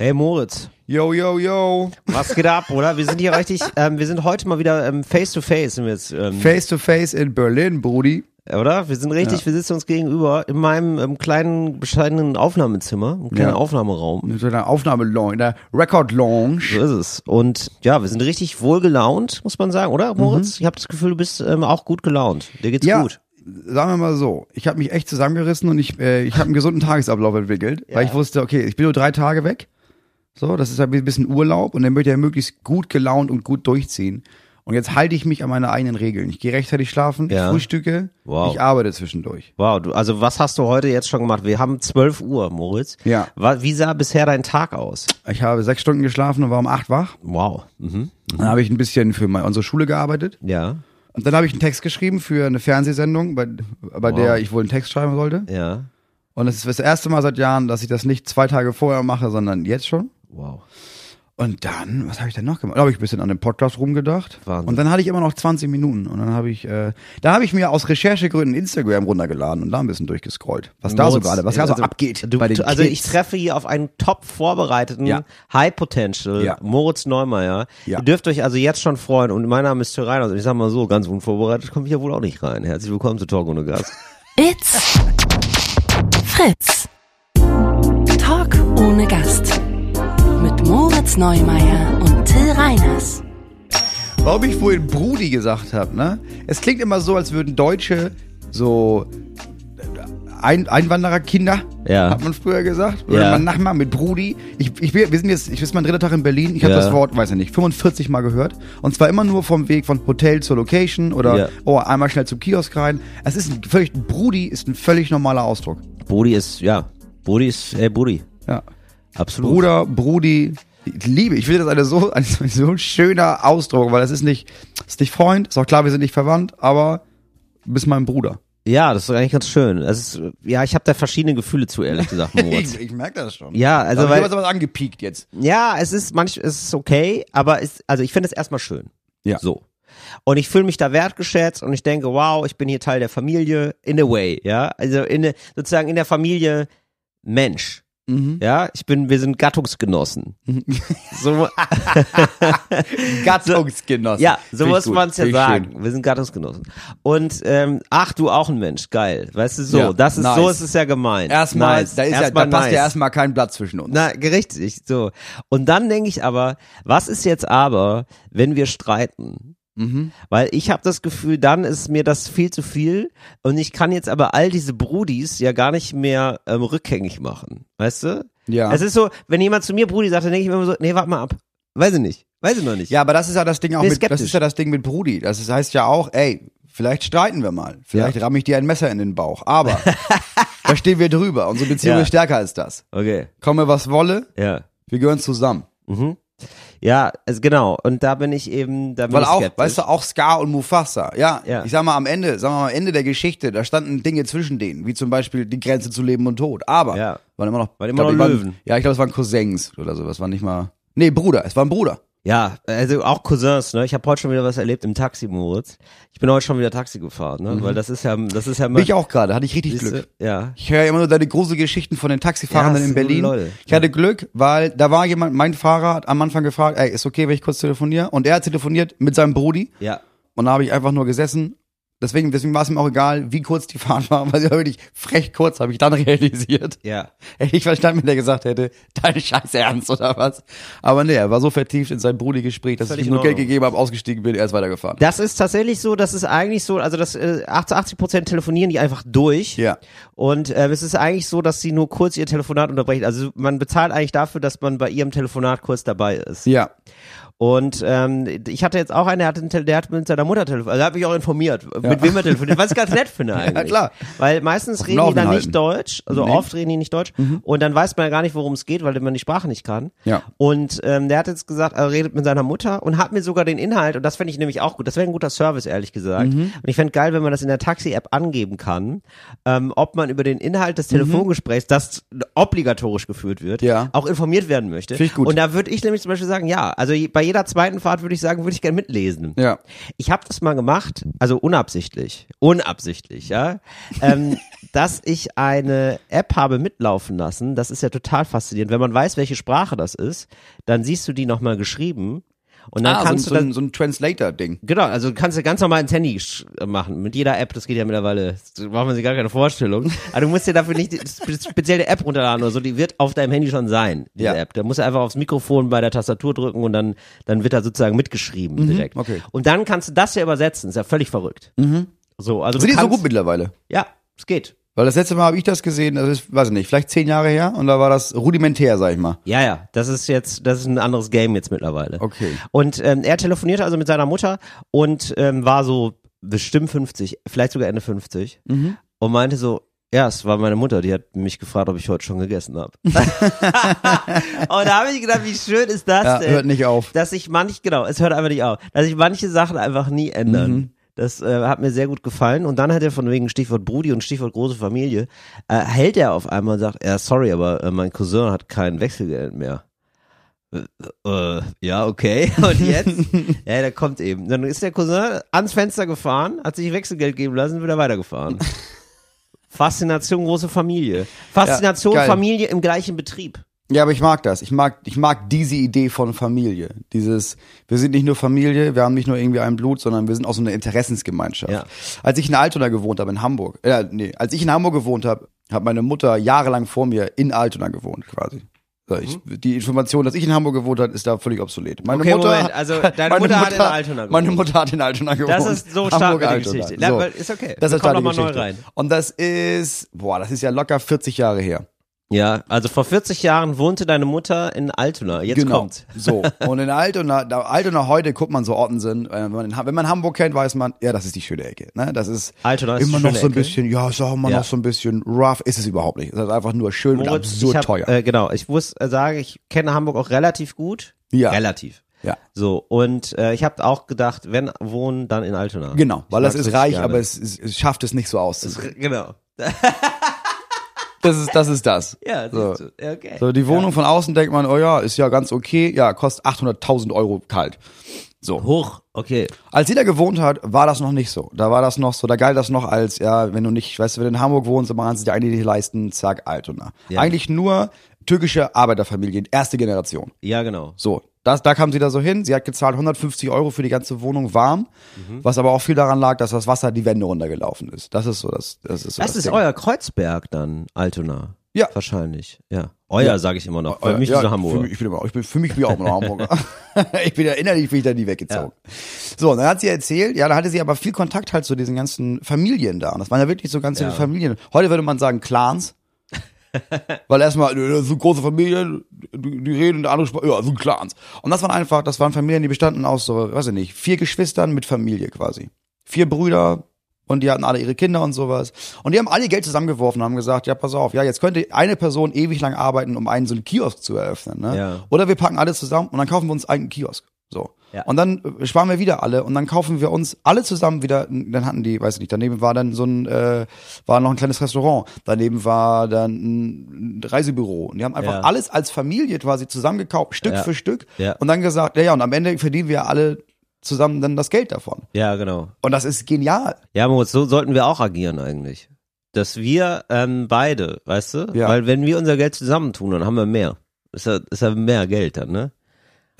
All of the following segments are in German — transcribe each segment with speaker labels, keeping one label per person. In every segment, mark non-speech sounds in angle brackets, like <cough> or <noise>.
Speaker 1: Hey Moritz,
Speaker 2: Yo, yo, yo.
Speaker 1: was geht ab, oder? Wir sind hier richtig, ähm, wir sind heute mal wieder ähm, face to face, sind wir jetzt, ähm,
Speaker 2: Face to face in Berlin, Brudi.
Speaker 1: oder? Wir sind richtig, wir sitzen uns gegenüber in meinem ähm, kleinen, bescheidenen Aufnahmezimmer, im kleinen
Speaker 2: Ja.
Speaker 1: Aufnahmeraum.
Speaker 2: In so einer Aufnahme-Lounge, in der Record-Lounge.
Speaker 1: So ist es. Und ja, wir sind richtig wohl gelaunt, muss man sagen, oder Moritz? Ich habe das Gefühl, du bist ähm, auch gut gelaunt. Dir geht's
Speaker 2: Mhm. Ja,
Speaker 1: gut.
Speaker 2: sagen wir mal so. Ich habe mich echt zusammengerissen und ich, äh, ich habe einen gesunden Tagesablauf entwickelt, weil ich wusste, okay, ich bin nur drei Tage weg. So, das ist halt ein bisschen Urlaub und dann möchte ich ja möglichst gut gelaunt und gut durchziehen. Und jetzt halte ich mich an meine eigenen Regeln. Ich gehe rechtzeitig schlafen,
Speaker 1: Ja.
Speaker 2: ich frühstücke,
Speaker 1: Wow.
Speaker 2: ich arbeite zwischendurch.
Speaker 1: Wow, du, also was hast du heute jetzt schon gemacht? Wir haben 12 Uhr, Moritz.
Speaker 2: Ja.
Speaker 1: Wa- Wie sah bisher dein Tag aus?
Speaker 2: Ich habe sechs Stunden geschlafen und war um acht wach.
Speaker 1: Wow. Mhm.
Speaker 2: Dann habe ich ein bisschen für meine, unsere Schule gearbeitet.
Speaker 1: Ja,
Speaker 2: Und dann habe ich einen Text geschrieben für eine Fernsehsendung, bei, bei der ich wohl einen Text schreiben sollte.
Speaker 1: ja.
Speaker 2: Und es ist das erste Mal seit Jahren, dass ich das nicht zwei Tage vorher mache, sondern jetzt schon.
Speaker 1: Wow.
Speaker 2: Und dann, was habe ich denn noch gemacht? Da habe ich ein bisschen an dem Podcast rumgedacht.
Speaker 1: Wahnsinn.
Speaker 2: Und dann hatte ich immer noch 20 Minuten. Und dann habe ich, äh, da habe ich mir aus Recherchegründen Instagram runtergeladen und da ein bisschen durchgescrollt. Was da so
Speaker 1: Moritz,
Speaker 2: gerade, was da
Speaker 1: also,
Speaker 2: so abgeht.
Speaker 1: Du,
Speaker 2: bei den
Speaker 1: du, also
Speaker 2: Kids.
Speaker 1: ich treffe hier auf einen top vorbereiteten
Speaker 2: Ja.
Speaker 1: High Potential
Speaker 2: Ja.
Speaker 1: Moritz Neumeier.
Speaker 2: Ja.
Speaker 1: Ihr dürft euch also jetzt schon freuen und mein Name ist Tyrann. Also ich sag mal so, ganz unvorbereitet komme ich ja wohl auch nicht rein. Herzlich willkommen zu Talk ohne Gast.
Speaker 2: <laughs>
Speaker 3: It's Fritz. Talk ohne Gast. Mit Moritz Neumeier und Till Reiners.
Speaker 2: Warum ich vorhin Brudi gesagt habe, ne? Es klingt immer so, als würden Deutsche so äh, Ein Einwandererkinder,
Speaker 1: Ja.
Speaker 2: hat man früher gesagt. Würde
Speaker 1: Ja.
Speaker 2: man nachmachen mit Brudi. Ich, ich, bin- wir sind jetzt, ich bin mein dritter Tag in Berlin. Ich habe
Speaker 1: Ja.
Speaker 2: das Wort, weiß ich nicht, 45 Mal gehört. Und zwar immer nur vom Weg von Hotel zur Location oder
Speaker 1: Ja.
Speaker 2: oh, einmal schnell zum Kiosk rein. Es ist ein völlig, Brudi ist ein völlig normaler Ausdruck.
Speaker 1: Budi ist, ja, Budi ist, ey Budi.
Speaker 2: Ja.
Speaker 1: Absolut.
Speaker 2: Bruder, Brudi, ich liebe. Ich finde das eine so, <laughs> ein so schöner Ausdruck, weil das ist nicht, ist nicht Freund, ist auch klar, wir sind nicht verwandt, aber du bist mein Bruder.
Speaker 1: Ja, das ist eigentlich ganz schön. Das ist, ja, ich habe da verschiedene Gefühle zu, ehrlich gesagt,
Speaker 2: <laughs>
Speaker 1: Moritz.
Speaker 2: merke das schon.
Speaker 1: Ja, also
Speaker 2: aber
Speaker 1: weil-
Speaker 2: ich habe was angepiekt jetzt.
Speaker 1: Ja, es ist manch, es ist okay, aber es, also ich finde es erstmal schön.
Speaker 2: Ja.
Speaker 1: So. Und ich fühle mich da wertgeschätzt und ich denke, wow, ich bin hier Teil der Familie, in a way, ja. Also in a, sozusagen in der Familie Mensch.
Speaker 2: Mhm.
Speaker 1: Ja, ich bin, wir sind Gattungsgenossen. <laughs> so,
Speaker 2: Gattungsgenossen.
Speaker 1: ja, so
Speaker 2: <laughs> Finde ich
Speaker 1: muss
Speaker 2: gut,
Speaker 1: man's ja
Speaker 2: finde ich schön.
Speaker 1: sagen. Wir sind Gattungsgenossen. Und ähm, ach, du auch ein Mensch, geil. Weißt du, so,
Speaker 2: Ja,
Speaker 1: das ist
Speaker 2: nice.
Speaker 1: so ist es ja gemeint.
Speaker 2: Erstmal,
Speaker 1: nice.
Speaker 2: da, ist ja, da
Speaker 1: erstmal
Speaker 2: passt
Speaker 1: nice.
Speaker 2: ja erstmal kein Blatt zwischen uns.
Speaker 1: Na, richtig, so. Und dann denke ich aber, was ist jetzt aber, wenn wir streiten?
Speaker 2: Mhm.
Speaker 1: Weil ich habe das Gefühl, dann ist mir das viel zu viel und ich kann jetzt aber all diese Brudis ja gar nicht mehr ähm, rückgängig machen. Weißt du?
Speaker 2: Ja.
Speaker 1: Es ist so, wenn jemand zu mir Brudi sagt, dann denke ich mir immer so, nee, warte mal ab. Weiß ich nicht. Weiß ich noch nicht.
Speaker 2: Ja, aber das ist ja das Ding auch
Speaker 1: Bin
Speaker 2: mit, das
Speaker 1: skeptisch.
Speaker 2: ist ja das Ding mit Brudi. Das ist- heißt ja auch, ey, vielleicht streiten wir mal. Vielleicht
Speaker 1: Ja.
Speaker 2: ramme ich dir ein Messer in den Bauch.
Speaker 1: <laughs>
Speaker 2: Aber da stehen wir drüber. Unsere Beziehung
Speaker 1: Ja.
Speaker 2: ist stärker als das.
Speaker 1: Okay.
Speaker 2: Komme was wolle,
Speaker 1: Ja.
Speaker 2: wir gehören zusammen.
Speaker 1: Ja, also genau. Und da bin ich eben, da bin
Speaker 2: Weil
Speaker 1: ich
Speaker 2: auch,
Speaker 1: skeptisch.
Speaker 2: weißt du, auch Scar und Mufasa, ja,
Speaker 1: Ja.
Speaker 2: ich sag mal am Ende, sagen wir mal am Ende der Geschichte, da standen Dinge zwischen denen, wie zum Beispiel die Grenze zu Leben und Tod. Aber
Speaker 1: Ja.
Speaker 2: waren immer noch,
Speaker 1: Waren immer
Speaker 2: glaub,
Speaker 1: noch
Speaker 2: die
Speaker 1: Löwen.
Speaker 2: Waren, ja, ich glaube, es waren Cousins oder sowas, waren nicht mal. Nee, Bruder, es war ein Bruder.
Speaker 1: Ja, also auch Cousins, ne? Ich habe heute schon wieder was erlebt im Taxi, Moritz. Ich bin heute schon wieder Taxi gefahren, ne? Weil das ist ja, das ist ja immer.
Speaker 2: Mhm. Bin ich auch gerade, hatte ich richtig
Speaker 1: Siehst du?
Speaker 2: Glück.
Speaker 1: Ja.
Speaker 2: Ich höre ja immer nur deine große Geschichten von den Taxifahrenden
Speaker 1: Ja, das sind
Speaker 2: in Berlin.
Speaker 1: gute Leute.
Speaker 2: Ich hatte Glück, weil da war jemand, mein Fahrer hat am Anfang gefragt, ey, ist okay, wenn ich kurz telefoniere? Und er hat telefoniert mit seinem Brudi
Speaker 1: Ja.
Speaker 2: und da habe ich einfach nur gesessen. Deswegen, deswegen war es mir auch egal, wie kurz die Fahrt war, weil sie war wirklich frech kurz, habe ich dann <laughs> realisiert.
Speaker 1: Ja.
Speaker 2: Hätte ich verstanden, wenn der gesagt hätte, dein Scheiß Ernst oder was. Aber nee, er war so vertieft in sein Brudi-Gespräch, dass
Speaker 1: Völlig
Speaker 2: ich ihm nur
Speaker 1: in
Speaker 2: Geld
Speaker 1: Ordnung.
Speaker 2: gegeben habe, ausgestiegen bin, er ist weitergefahren.
Speaker 1: Das ist tatsächlich so, das ist eigentlich so, also das äh, 80 Prozent telefonieren die einfach durch.
Speaker 2: Ja.
Speaker 1: Und äh, es ist eigentlich so, dass sie nur kurz ihr Telefonat unterbrechen. Also man bezahlt eigentlich dafür, dass man bei ihrem Telefonat kurz dabei ist.
Speaker 2: Ja.
Speaker 1: Und ähm, ich hatte jetzt auch einen, der hat, einen Tele- der hat mit seiner Mutter telefoniert. Also er hat mich auch informiert, mit wem er telefoniert. Was ich ganz nett
Speaker 2: <laughs>
Speaker 1: finde eigentlich.
Speaker 2: klar.
Speaker 1: Weil meistens
Speaker 2: dem
Speaker 1: reden die dann
Speaker 2: Laufenden
Speaker 1: nicht
Speaker 2: halten.
Speaker 1: Deutsch. Also
Speaker 2: Nee. Mhm.
Speaker 1: oft reden die nicht Deutsch. Und dann weiß man ja gar nicht, worum es geht, weil man die Sprache nicht kann.
Speaker 2: Ja.
Speaker 1: Und ähm, der hat jetzt gesagt, er redet mit seiner Mutter und hat mir sogar den Inhalt, und das fände ich nämlich auch gut, das wäre ein guter Service, ehrlich gesagt.
Speaker 2: Mhm.
Speaker 1: Und ich fände geil, wenn man das in der Taxi-App angeben kann, ähm, ob man über den Inhalt des Telefongesprächs, das obligatorisch geführt wird,
Speaker 2: Mhm. Ja.
Speaker 1: auch informiert werden möchte.
Speaker 2: Finde ich gut.
Speaker 1: Und da würde ich nämlich zum Beispiel sagen, ja, also je- bei jeder zweiten Fahrt würde ich sagen, würde ich gerne mitlesen.
Speaker 2: Ja.
Speaker 1: Ich habe das mal gemacht, also unabsichtlich, unabsichtlich, ja,
Speaker 2: <laughs>
Speaker 1: ähm, dass ich eine App habe mitlaufen lassen. Das ist ja total faszinierend. Wenn man weiß, welche Sprache das ist, dann siehst du die nochmal geschrieben und dann
Speaker 2: Ah,
Speaker 1: kannst
Speaker 2: so,
Speaker 1: du
Speaker 2: ein-
Speaker 1: dann,
Speaker 2: so, ein, so ein Translator-Ding.
Speaker 1: Genau, also kannst du ganz normal ins Handy sch- äh, machen. Mit jeder App, das geht ja mittlerweile, da braucht man sich gar keine Vorstellung. Aber du musst dir dafür nicht die spe- spezielle App runterladen oder so, die wird auf deinem Handy schon sein, diese
Speaker 2: Ja.
Speaker 1: App. Da musst du einfach aufs Mikrofon bei der Tastatur drücken und dann, dann wird da sozusagen mitgeschrieben direkt.
Speaker 2: Mhm, okay. Mhm.
Speaker 1: Und dann kannst du das ja übersetzen, ist ja völlig verrückt. So, also
Speaker 2: Sind
Speaker 1: du
Speaker 2: die so
Speaker 1: kannst,
Speaker 2: gut mittlerweile?
Speaker 1: Ja, es geht.
Speaker 2: Weil das letzte Mal habe ich das gesehen, das ist, weiß ich nicht, vielleicht zehn Jahre her und da war das rudimentär, sag ich mal.
Speaker 1: Ja, ja, das ist jetzt, das ist ein anderes Game jetzt mittlerweile.
Speaker 2: Okay.
Speaker 1: Und ähm, er telefonierte also mit seiner Mutter und ähm, war so bestimmt 50, vielleicht sogar Ende 50
Speaker 2: Mhm.
Speaker 1: und meinte so, ja, es war meine Mutter, die hat mich gefragt, ob ich heute schon gegessen
Speaker 2: <laughs>
Speaker 1: habe. <laughs> und da habe ich gedacht, wie schön ist äh, das
Speaker 2: Ja,
Speaker 1: denn?
Speaker 2: hört nicht auf.
Speaker 1: dass ich manch, genau, es hört einfach nicht auf, dass ich manche Sachen einfach nie ändern. Das äh, hat mir sehr gut gefallen. Und dann hat er von wegen Stichwort Brudi und Stichwort große Familie, äh, hält er auf einmal und sagt, ja, sorry, aber äh, mein Cousin hat kein Wechselgeld mehr. Äh, äh, ja, okay. <laughs> Und jetzt? ja, der kommt eben. Dann ist der Cousin ans Fenster gefahren, hat sich Wechselgeld geben lassen, wieder weitergefahren. Faszination große Familie. Faszination
Speaker 2: geil.
Speaker 1: Familie im gleichen Betrieb.
Speaker 2: Ja, aber ich mag das. Ich mag, ich mag diese Idee von Familie. Dieses, wir sind nicht nur Familie, wir haben nicht nur irgendwie ein Blut, sondern wir sind auch so eine Interessensgemeinschaft.
Speaker 1: Ja.
Speaker 2: Als ich in Altona gewohnt habe, in Hamburg, äh, nee, als ich in Hamburg gewohnt habe, hat meine Mutter jahrelang vor mir in Altona gewohnt, quasi. Also Ich, die Information, dass ich in Hamburg gewohnt habe, ist da völlig obsolet. Meine
Speaker 1: Mhm. Okay,
Speaker 2: Mutter,
Speaker 1: Moment,
Speaker 2: <laughs>
Speaker 1: also deine Mutter hat in Altona gewohnt.
Speaker 2: Meine Mutter hat in Altona gewohnt.
Speaker 1: ist so stark
Speaker 2: Hamburg,
Speaker 1: mit der
Speaker 2: Altona.
Speaker 1: Geschichte. Ja,
Speaker 2: So.
Speaker 1: aber ist okay.
Speaker 2: Das
Speaker 1: Wir
Speaker 2: ist
Speaker 1: kommen
Speaker 2: da die
Speaker 1: noch mal neu
Speaker 2: Geschichte.
Speaker 1: rein.
Speaker 2: Und das ist, boah, das ist ja locker 40 Jahre her.
Speaker 1: Ja, also vor 40 Jahren wohnte deine Mutter in Altona. Jetzt
Speaker 2: Genau.
Speaker 1: kommt's.
Speaker 2: <laughs> So. Und in Altona, da, Altona heute guckt man so Orten sind. äh, Wenn man, in Ha- wenn man Hamburg kennt, weiß man, ja, das ist die schöne Ecke. Ne? Das ist
Speaker 1: Altona ist
Speaker 2: immer
Speaker 1: die schöne
Speaker 2: noch so ein
Speaker 1: Ecke.
Speaker 2: bisschen, ja, ist auch immer
Speaker 1: Ja.
Speaker 2: noch so ein bisschen rough. Ist es überhaupt nicht. Es ist einfach nur schön und
Speaker 1: Moritz,
Speaker 2: absurd
Speaker 1: ich hab,
Speaker 2: teuer.
Speaker 1: Äh, genau, ich muss äh, sagen, ich kenne Hamburg auch relativ gut.
Speaker 2: Ja.
Speaker 1: Relativ.
Speaker 2: ja.
Speaker 1: So, und äh, ich habe auch gedacht, wenn wohnen, dann in Altona.
Speaker 2: Genau, weil
Speaker 1: mag
Speaker 2: das ist
Speaker 1: das
Speaker 2: reich,
Speaker 1: gerne.
Speaker 2: aber es, es, es schafft es nicht so aus.
Speaker 1: Genau.
Speaker 2: <laughs> Das ist das. Ist das.
Speaker 1: <laughs> Ja,
Speaker 2: So.
Speaker 1: siehst du. Ja, okay.
Speaker 2: So, die Wohnung von außen denkt man, oh ja, ist ja ganz okay, ja, kostet 800.000 Euro kalt. So.
Speaker 1: Hoch, okay.
Speaker 2: Als sie da gewohnt hat, war das noch nicht so. Da war das noch so, da galt das noch als, ja, wenn du nicht, weißt du, wenn du in Hamburg wohnst, dann kannst du dir eigentlich nicht leisten, zack, Altona.
Speaker 1: Ja.
Speaker 2: Eigentlich nur türkische Arbeiterfamilien, erste Generation.
Speaker 1: Ja, genau.
Speaker 2: So, das, da kam sie da so hin. Sie hat gezahlt 150 Euro für die ganze Wohnung warm,
Speaker 1: Mhm.
Speaker 2: was aber auch viel daran lag, dass das Wasser die Wände runtergelaufen ist. Das ist so, das, das ist so.
Speaker 1: Das ist
Speaker 2: Ding.
Speaker 1: euer Kreuzberg dann, Altona.
Speaker 2: Ja.
Speaker 1: Wahrscheinlich, ja. Euer
Speaker 2: Ja.
Speaker 1: sage ich immer noch.
Speaker 2: Euer-
Speaker 1: Für mich
Speaker 2: äh, ja,
Speaker 1: ist es Hamburg.
Speaker 2: Für mich, ich bin immer, ich bin, für mich bin ich auch immer
Speaker 1: <laughs>
Speaker 2: noch Hamburger. ich bin ja innerlich bin ich da nie weggezogen. So, und dann hat sie erzählt, ja, da hatte sie aber viel Kontakt halt zu diesen ganzen Familien da. Und das waren ja wirklich so ganz viele
Speaker 1: Ja.
Speaker 2: Familien. Heute würde man sagen Clans. Weil erstmal, äh, das sind große Familien, die, die reden in der anderen Sprache, ja, das sind Clans. Und das waren einfach, das waren Familien, die bestanden aus so, weiß ich nicht, vier Geschwistern mit Familie quasi. Vier Brüder und die hatten alle ihre Kinder und sowas. Und die haben alle Geld zusammengeworfen und haben gesagt, ja, pass auf, ja, jetzt könnte eine Person ewig lang arbeiten, um einen so einen Kiosk zu eröffnen. Ne?
Speaker 1: Ja.
Speaker 2: Oder wir packen alle zusammen und dann kaufen wir uns einen Kiosk. So.
Speaker 1: Ja.
Speaker 2: Und dann äh, sparen wir wieder alle und dann kaufen wir uns alle zusammen wieder, dann hatten die, weiß ich nicht, daneben war dann so ein, äh, war noch ein kleines Restaurant, daneben war dann ein Reisebüro. Und die haben einfach
Speaker 1: Ja.
Speaker 2: alles als Familie quasi zusammengekauft, Stück
Speaker 1: Ja.
Speaker 2: für Stück.
Speaker 1: Ja.
Speaker 2: Und dann gesagt, ja, ja, und am Ende verdienen wir alle zusammen dann das Geld davon.
Speaker 1: Ja, genau.
Speaker 2: Und das ist genial.
Speaker 1: Ja, Moritz, so sollten wir auch agieren eigentlich. Dass wir ähm, beide, weißt du?
Speaker 2: Ja.
Speaker 1: Weil wenn wir unser Geld zusammentun, dann haben wir mehr. Ist ja, ist ja mehr Geld dann, ne?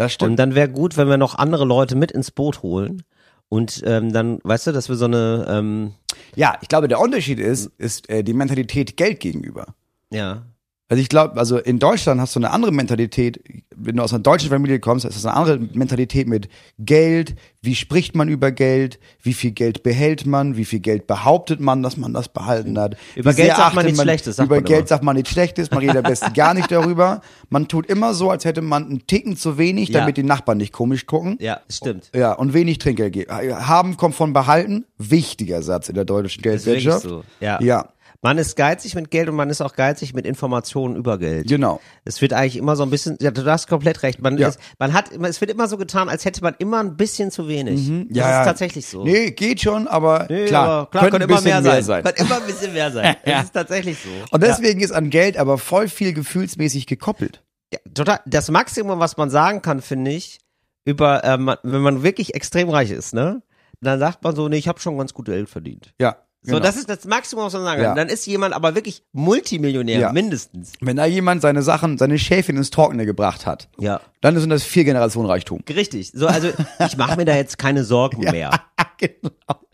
Speaker 2: Das
Speaker 1: Und dann wäre gut, wenn wir noch andere Leute mit ins Boot holen. Und ähm, dann, weißt du, dass wir so eine, ähm,
Speaker 2: Ja, ich glaube, der Unterschied ist, ist äh, die Mentalität Geld gegenüber.
Speaker 1: ja,
Speaker 2: Also ich glaube, also in Deutschland hast du eine andere Mentalität. Wenn du aus einer deutschen Familie kommst, ist das eine andere Mentalität mit Geld. Wie spricht man über Geld? Wie viel Geld behält man? Wie viel Geld behauptet man, dass man das behalten hat?
Speaker 1: Über
Speaker 2: Wie sehr
Speaker 1: Geld sagt man
Speaker 2: achtet
Speaker 1: nichts Schlechtes, sagt
Speaker 2: Über
Speaker 1: man
Speaker 2: Geld
Speaker 1: immer.
Speaker 2: sagt man nichts Schlechtes. Man redet am besten gar nicht darüber. Man tut immer so, als hätte man einen Ticken zu wenig,
Speaker 1: Ja.
Speaker 2: damit die Nachbarn nicht komisch gucken.
Speaker 1: ja, stimmt.
Speaker 2: Ja, und wenig Trinkgeld geben. Haben kommt von behalten. Wichtiger Satz in der deutschen
Speaker 1: Ist wirklich
Speaker 2: Geldwirtschaft.
Speaker 1: so. Ja.
Speaker 2: Ja.
Speaker 1: Man ist geizig mit Geld und man ist auch geizig mit Informationen über Geld.
Speaker 2: Genau.
Speaker 1: Es wird eigentlich immer so ein bisschen, ja, du hast komplett recht. Man,
Speaker 2: Ja.
Speaker 1: ist, man hat, immer- es wird immer so getan, als hätte man immer ein bisschen zu wenig.
Speaker 2: Mhm.
Speaker 1: Hm,
Speaker 2: Ja,
Speaker 1: das
Speaker 2: ja.
Speaker 1: ist tatsächlich so.
Speaker 2: Nee, geht schon, aber
Speaker 1: Nee,
Speaker 2: klar,
Speaker 1: aber klar
Speaker 2: könnte
Speaker 1: könnte
Speaker 2: ein
Speaker 1: immer
Speaker 2: bisschen
Speaker 1: mehr sein. Könnte immer ein bisschen mehr sein. <laughs>
Speaker 2: Ja.
Speaker 1: Das ist tatsächlich so.
Speaker 2: Und deswegen ist an Geld aber voll viel gefühlsmäßig gekoppelt.
Speaker 1: Ja, total, das Maximum, was man sagen kann, finde ich, über, ähm, wenn man wirklich extrem reich ist, ne? Dann sagt man so, nee, ich habe schon ganz gut Geld verdient.
Speaker 2: Ja.
Speaker 1: So, das ist das Maximum, was man sagen kann.
Speaker 2: Ja.
Speaker 1: Dann ist jemand aber wirklich Multimillionär,
Speaker 2: Ja.
Speaker 1: mindestens.
Speaker 2: Wenn da jemand seine Sachen, seine Schäfchen ins Trockene gebracht hat,
Speaker 1: Ja.
Speaker 2: dann sind das vier Generationen <laughs> Reichtum.
Speaker 1: Richtig. So, also ich mache mir da jetzt keine <laughs> Sorgen mehr.
Speaker 2: genau.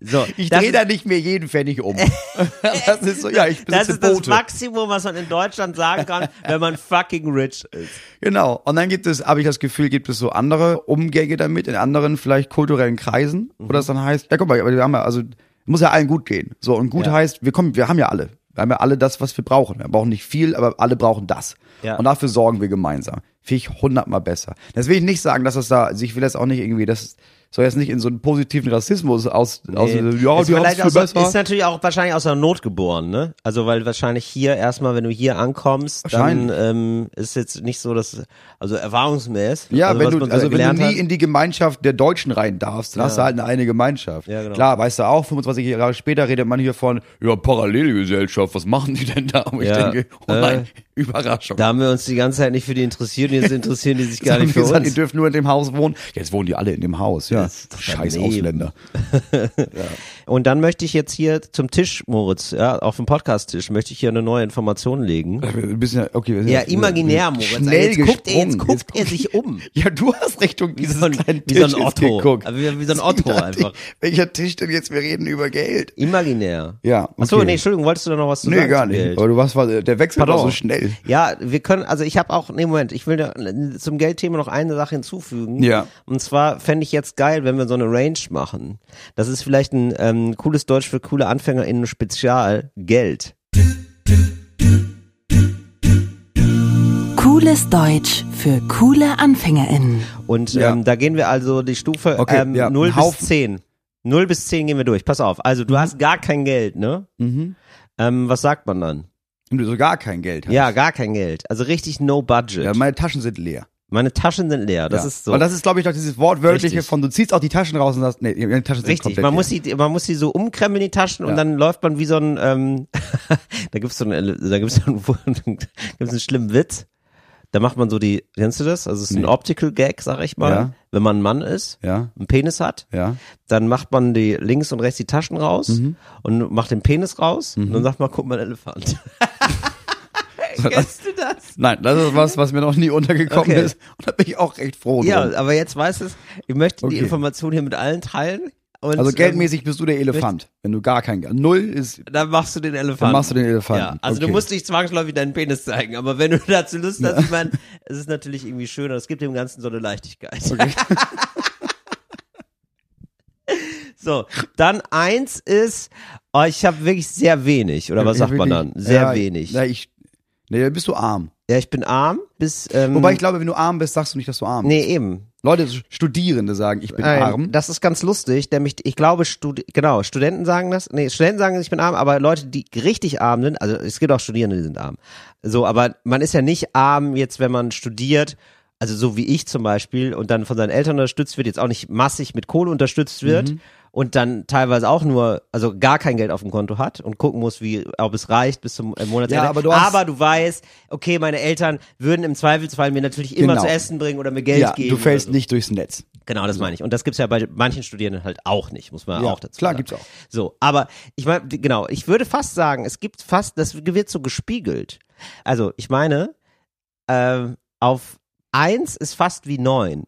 Speaker 1: So,
Speaker 2: Ich
Speaker 1: das
Speaker 2: drehe
Speaker 1: ist-
Speaker 2: da nicht mehr jeden
Speaker 1: <laughs>
Speaker 2: Pfennig um. das ist so, ja, ich
Speaker 1: Das
Speaker 2: besitze
Speaker 1: ist das
Speaker 2: Boote.
Speaker 1: Maximum, was man in Deutschland sagen <laughs> kann, wenn man fucking rich ist.
Speaker 2: Genau. Und dann gibt es, habe ich das Gefühl, gibt es so andere Umgänge damit in anderen vielleicht kulturellen Kreisen, wo
Speaker 1: Mhm.
Speaker 2: das dann heißt, ja guck mal, aber wir haben ja, also muss ja allen gut gehen. So und gut
Speaker 1: Ja.
Speaker 2: heißt, wir kommen, wir haben ja alle, wir haben ja alle das, was wir brauchen. Wir brauchen nicht viel, aber alle brauchen das.
Speaker 1: Ja.
Speaker 2: Und dafür sorgen wir gemeinsam. Finde ich hundertmal besser. Das will ich nicht sagen, dass das da, also ich will das auch nicht irgendwie, das soll jetzt nicht in so einen positiven Rassismus aus, aus ja,
Speaker 1: Nee.
Speaker 2: die haben es
Speaker 1: vielleicht
Speaker 2: viel
Speaker 1: auch so-
Speaker 2: besser.
Speaker 1: ist natürlich auch wahrscheinlich aus der Not geboren, ne? Also weil wahrscheinlich hier erstmal, wenn du hier ankommst, dann
Speaker 2: Wahrscheinlich.
Speaker 1: ähm, ist jetzt nicht so, dass also erfahrungsmäßig.
Speaker 2: Ja,
Speaker 1: also, was
Speaker 2: wenn
Speaker 1: man
Speaker 2: du,
Speaker 1: so
Speaker 2: also wenn
Speaker 1: gelernt
Speaker 2: du nie
Speaker 1: hat.
Speaker 2: in die Gemeinschaft der Deutschen rein darfst, dann hast du halt eine eigene Gemeinschaft.
Speaker 1: Ja, genau.
Speaker 2: Klar, weißt du auch, 25 Jahre später redet man hier von, ja, Parallelgesellschaft, was machen die denn da? Und ich
Speaker 1: Ja,
Speaker 2: denke, oh
Speaker 1: äh,
Speaker 2: nein, <laughs> Überraschung.
Speaker 1: da haben wir uns die ganze Zeit nicht für die interessiert und jetzt interessieren
Speaker 2: <laughs>
Speaker 1: die sich
Speaker 2: Jetzt
Speaker 1: gar
Speaker 2: haben
Speaker 1: nicht
Speaker 2: die
Speaker 1: für
Speaker 2: gesagt,
Speaker 1: uns.
Speaker 2: Die dürfen nur in dem Haus wohnen. Jetzt wohnen die alle in dem Haus, ja.
Speaker 1: Das ist doch
Speaker 2: Scheiß
Speaker 1: daneben.
Speaker 2: Ausländer.
Speaker 1: Und dann möchte ich jetzt hier zum Tisch, Moritz, ja, auf dem Podcast-Tisch möchte ich hier eine neue Information
Speaker 2: <laughs>
Speaker 1: legen.
Speaker 2: Ein bisschen, okay, wir sind
Speaker 1: Ja,
Speaker 2: jetzt-
Speaker 1: imaginär, Moritz. Also
Speaker 2: Schnell
Speaker 1: jetzt guckt, er, jetzt
Speaker 2: gesprungen.
Speaker 1: guckt er sich um.
Speaker 2: <laughs> Ja, du hast Richtung dieses
Speaker 1: so ein-
Speaker 2: kleinen
Speaker 1: wie so ein
Speaker 2: Tisches
Speaker 1: Otto.
Speaker 2: geguckt.
Speaker 1: Aber wie- wie so ein Otto
Speaker 2: Deswegen dachte ich,
Speaker 1: einfach.
Speaker 2: Welcher Tisch denn jetzt? Wir reden über Geld.
Speaker 1: Imaginär.
Speaker 2: Ja, okay.
Speaker 1: Achso, nee, Entschuldigung, wolltest du da noch was zu sagen?
Speaker 2: Nee, gar
Speaker 1: zum
Speaker 2: nicht.
Speaker 1: Geld?
Speaker 2: Aber du warst, der Wechsel war
Speaker 1: Pardon.
Speaker 2: so schnell.
Speaker 1: Ja, wir können, also ich habe auch, nee, Moment, ich will da, zum Geldthema noch eine Sache hinzufügen.
Speaker 2: Ja.
Speaker 1: Und zwar fände ich jetzt geil, wenn wir so eine Range machen. Das ist vielleicht ein ähm, cooles Deutsch für coole AnfängerInnen Spezial, Geld.
Speaker 3: Cooles Deutsch für coole AnfängerInnen.
Speaker 1: Und
Speaker 2: Ja.
Speaker 1: ähm, da gehen wir also die Stufe
Speaker 2: Okay,
Speaker 1: ähm,
Speaker 2: ja,
Speaker 1: 0
Speaker 2: ein Haufen.
Speaker 1: bis 10. 0 bis 10 gehen wir durch, pass auf. Also du hast gar kein Geld, ne?
Speaker 2: Mhm.
Speaker 1: Ähm, was sagt man dann?
Speaker 2: Und du so gar kein Geld hast.
Speaker 1: Ja, gar kein Geld. Also richtig no budget.
Speaker 2: Ja, meine Taschen sind leer.
Speaker 1: Meine Taschen sind leer, das
Speaker 2: ja.
Speaker 1: ist so.
Speaker 2: Und das ist, glaube ich, doch dieses wortwörtliche
Speaker 1: Richtig.
Speaker 2: von, du ziehst auch die Taschen raus und sagst, nee, die Taschen sind
Speaker 1: Richtig,
Speaker 2: komplett
Speaker 1: man muss,
Speaker 2: leer.
Speaker 1: die, man muss die so umkrempeln, die Taschen, und
Speaker 2: Ja.
Speaker 1: dann läuft man wie so ein, ähm, <laughs> da gibt's so einen, <laughs> da gibt's so einen, gibt's einen schlimmen Witz. Da macht man so die, kennst du das? Also es ist ein Optical Gag, sag ich mal.
Speaker 2: Ja.
Speaker 1: Wenn man ein Mann ist,
Speaker 2: Ja.
Speaker 1: einen Penis hat,
Speaker 2: Ja. Mhm.
Speaker 1: dann macht man die links und rechts die Taschen raus und macht den Penis raus und dann sagt man, guck mal, ein
Speaker 2: <laughs>
Speaker 1: Elefant. Kennst du das?
Speaker 2: Nein, das ist was, was mir noch nie untergekommen
Speaker 1: Okay.
Speaker 2: ist. <laughs> Und da bin ich auch recht froh
Speaker 1: Ja,
Speaker 2: drum. Also
Speaker 1: aber jetzt weißt du es, ich möchte die
Speaker 2: Okay.
Speaker 1: Information hier mit allen teilen. Und,
Speaker 2: Also
Speaker 1: ähm,
Speaker 2: geldmäßig bist du der Elefant. Wenn du gar kein Geld. Null ist,
Speaker 1: Dann machst du den Elefanten.
Speaker 2: Dann machst du den Elefanten.
Speaker 1: Ja, also du
Speaker 2: Okay.
Speaker 1: musst nicht zwangsläufig deinen Penis zeigen, aber wenn du dazu Lust hast, ich meine, es ist natürlich irgendwie schöner, es gibt dem Ganzen so eine Leichtigkeit. <laughs> so, dann eins ist, oh, ich habe wirklich sehr wenig, oder was
Speaker 2: Ich
Speaker 1: sagt
Speaker 2: will
Speaker 1: man dann?
Speaker 2: nicht-
Speaker 1: Sehr
Speaker 2: ja,
Speaker 1: wenig.
Speaker 2: Ja, ich, nee, dann bist du arm.
Speaker 1: Ja, ich bin arm, bis, ähm,
Speaker 2: Wobei ich glaube, wenn du arm bist, sagst du nicht, dass du arm bist.
Speaker 1: nee, eben.
Speaker 2: Leute, Studierende sagen, ich bin
Speaker 1: Nein,
Speaker 2: arm.
Speaker 1: Das ist ganz lustig, nämlich ich glaube, Studi genau, Studenten sagen das, nee, Studenten sagen, ich bin arm, aber Leute, die richtig arm sind, also es gibt auch Studierende, die sind arm. So, aber man ist ja nicht arm jetzt, wenn man studiert, also so wie ich zum Beispiel, und dann von seinen Eltern unterstützt wird, jetzt auch nicht massig mit Kohle unterstützt wird.
Speaker 2: Mhm.
Speaker 1: Und dann teilweise auch nur, also gar kein Geld auf dem Konto hat und gucken muss, wie, ob es reicht bis zum äh, Monatsende.
Speaker 2: Ja, aber du hast-
Speaker 1: aber du weißt, okay, meine Eltern würden im Zweifelsfall mir natürlich immer
Speaker 2: Genau.
Speaker 1: zu essen bringen oder mir Geld
Speaker 2: ja,
Speaker 1: geben.
Speaker 2: du fällst
Speaker 1: oder so.
Speaker 2: nicht durchs Netz.
Speaker 1: Genau, das meine ich. Und das gibt's ja bei manchen Studierenden halt auch nicht, muss man
Speaker 2: Also Ja,
Speaker 1: auch dazu
Speaker 2: klar
Speaker 1: sagen.
Speaker 2: gibt's auch.
Speaker 1: So, aber ich meine, die- genau, ich würde fast sagen, es gibt fast, das wird so gespiegelt. Also, ich meine, ähm, auf eins ist fast wie neun.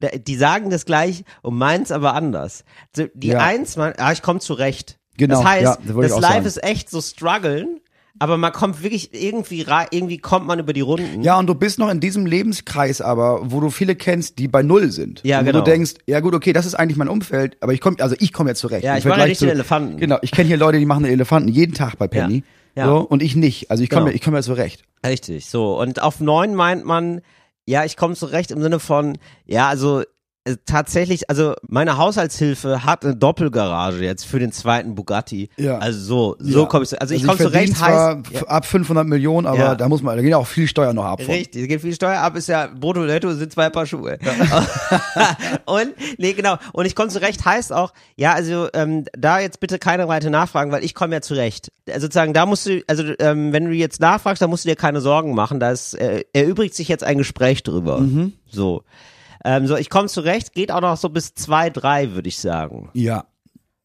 Speaker 1: Da- Die sagen das gleich und meins aber anders. So, Die
Speaker 2: Ja.
Speaker 1: eins, man, ah, ich komme zurecht.
Speaker 2: Genau,
Speaker 1: Das heißt,
Speaker 2: ja, das wollte ich
Speaker 1: das
Speaker 2: auch
Speaker 1: Life
Speaker 2: sagen.
Speaker 1: ist echt so struggeln, aber man kommt wirklich irgendwie rei- irgendwie kommt man über die Runden.
Speaker 2: Ja, und du bist noch in diesem Lebenskreis aber, wo du viele kennst, die bei Null sind.
Speaker 1: Ja,
Speaker 2: und wo
Speaker 1: genau.
Speaker 2: du denkst, ja gut, okay, das ist eigentlich mein Umfeld, aber ich komme, also ich komme ja zurecht.
Speaker 1: Ja,
Speaker 2: Im
Speaker 1: ich mache ja
Speaker 2: Vergleich
Speaker 1: nicht
Speaker 2: zu-
Speaker 1: den Elefanten.
Speaker 2: Genau, ich kenne hier Leute, die machen den Elefanten jeden Tag bei Penny.
Speaker 1: Ja, ja.
Speaker 2: So, und ich nicht. Also ich komme
Speaker 1: Genau.
Speaker 2: ja, ich komm ja zurecht.
Speaker 1: Richtig, so. Und auf neun meint man, ja, ich komme zurecht im Sinne von, ja, also äh, tatsächlich, also meine Haushaltshilfe hat eine Doppelgarage jetzt für den zweiten Bugatti.
Speaker 2: Ja.
Speaker 1: Also so, so
Speaker 2: ja.
Speaker 1: komme ich zu, also, ich komme
Speaker 2: verdiene
Speaker 1: zurecht,
Speaker 2: zwar
Speaker 1: heißt,
Speaker 2: f- ab 500 Millionen, aber
Speaker 1: Ja.
Speaker 2: da muss man, da gehen ja auch viel Steuer noch ab. von.
Speaker 1: Richtig, es geht viel Steuer ab, ist ja brutto und netto sind zwei Paar Schuhe. <laughs> und nee, genau. Und ich komme zurecht heißt auch, ja, also ähm, da jetzt bitte keine weite Nachfragen, weil ich komme ja zurecht. Also sozusagen, da musst du, also ähm, wenn du jetzt
Speaker 2: Mhm.
Speaker 1: nachfragst, dann musst du dir keine Sorgen machen. Da ist, äh, erübrigt sich jetzt ein Gespräch drüber. So. Ähm, so, ich komme zurecht, geht auch noch so bis zwei, drei, würde ich sagen.
Speaker 2: Ja.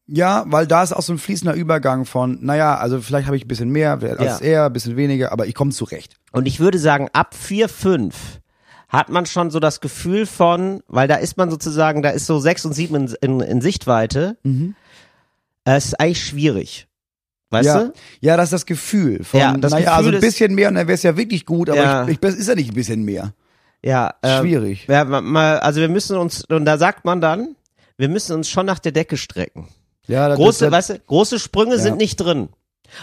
Speaker 2: Ja, weil da ist auch so ein fließender Übergang von, naja, also vielleicht habe ich ein bisschen mehr als
Speaker 1: Ja.
Speaker 2: er, ein bisschen weniger, aber ich komme zurecht.
Speaker 1: Und ich würde sagen, ab vier, fünf hat man schon so das Gefühl von, weil da ist man sozusagen, da ist so sechs und sieben in, in, in Sichtweite.
Speaker 2: Mhm.
Speaker 1: Äh, Es ist eigentlich schwierig. Weißt
Speaker 2: ja.
Speaker 1: du?
Speaker 2: ja, das ist das Gefühl von,
Speaker 1: Ja, das
Speaker 2: naja,
Speaker 1: Gefühl
Speaker 2: also ein
Speaker 1: ist-
Speaker 2: bisschen mehr und dann wäre es ja wirklich gut, aber
Speaker 1: Ja.
Speaker 2: Ich, ich, ist ja nicht ein bisschen mehr.
Speaker 1: Ja, ähm,
Speaker 2: Schwierig.
Speaker 1: Ja, ma- ma- also wir müssen uns, und da sagt man dann, wir müssen uns schon nach der Decke strecken.
Speaker 2: Ja, das,
Speaker 1: Große,
Speaker 2: das,
Speaker 1: weißt du, große Sprünge sind nicht drin.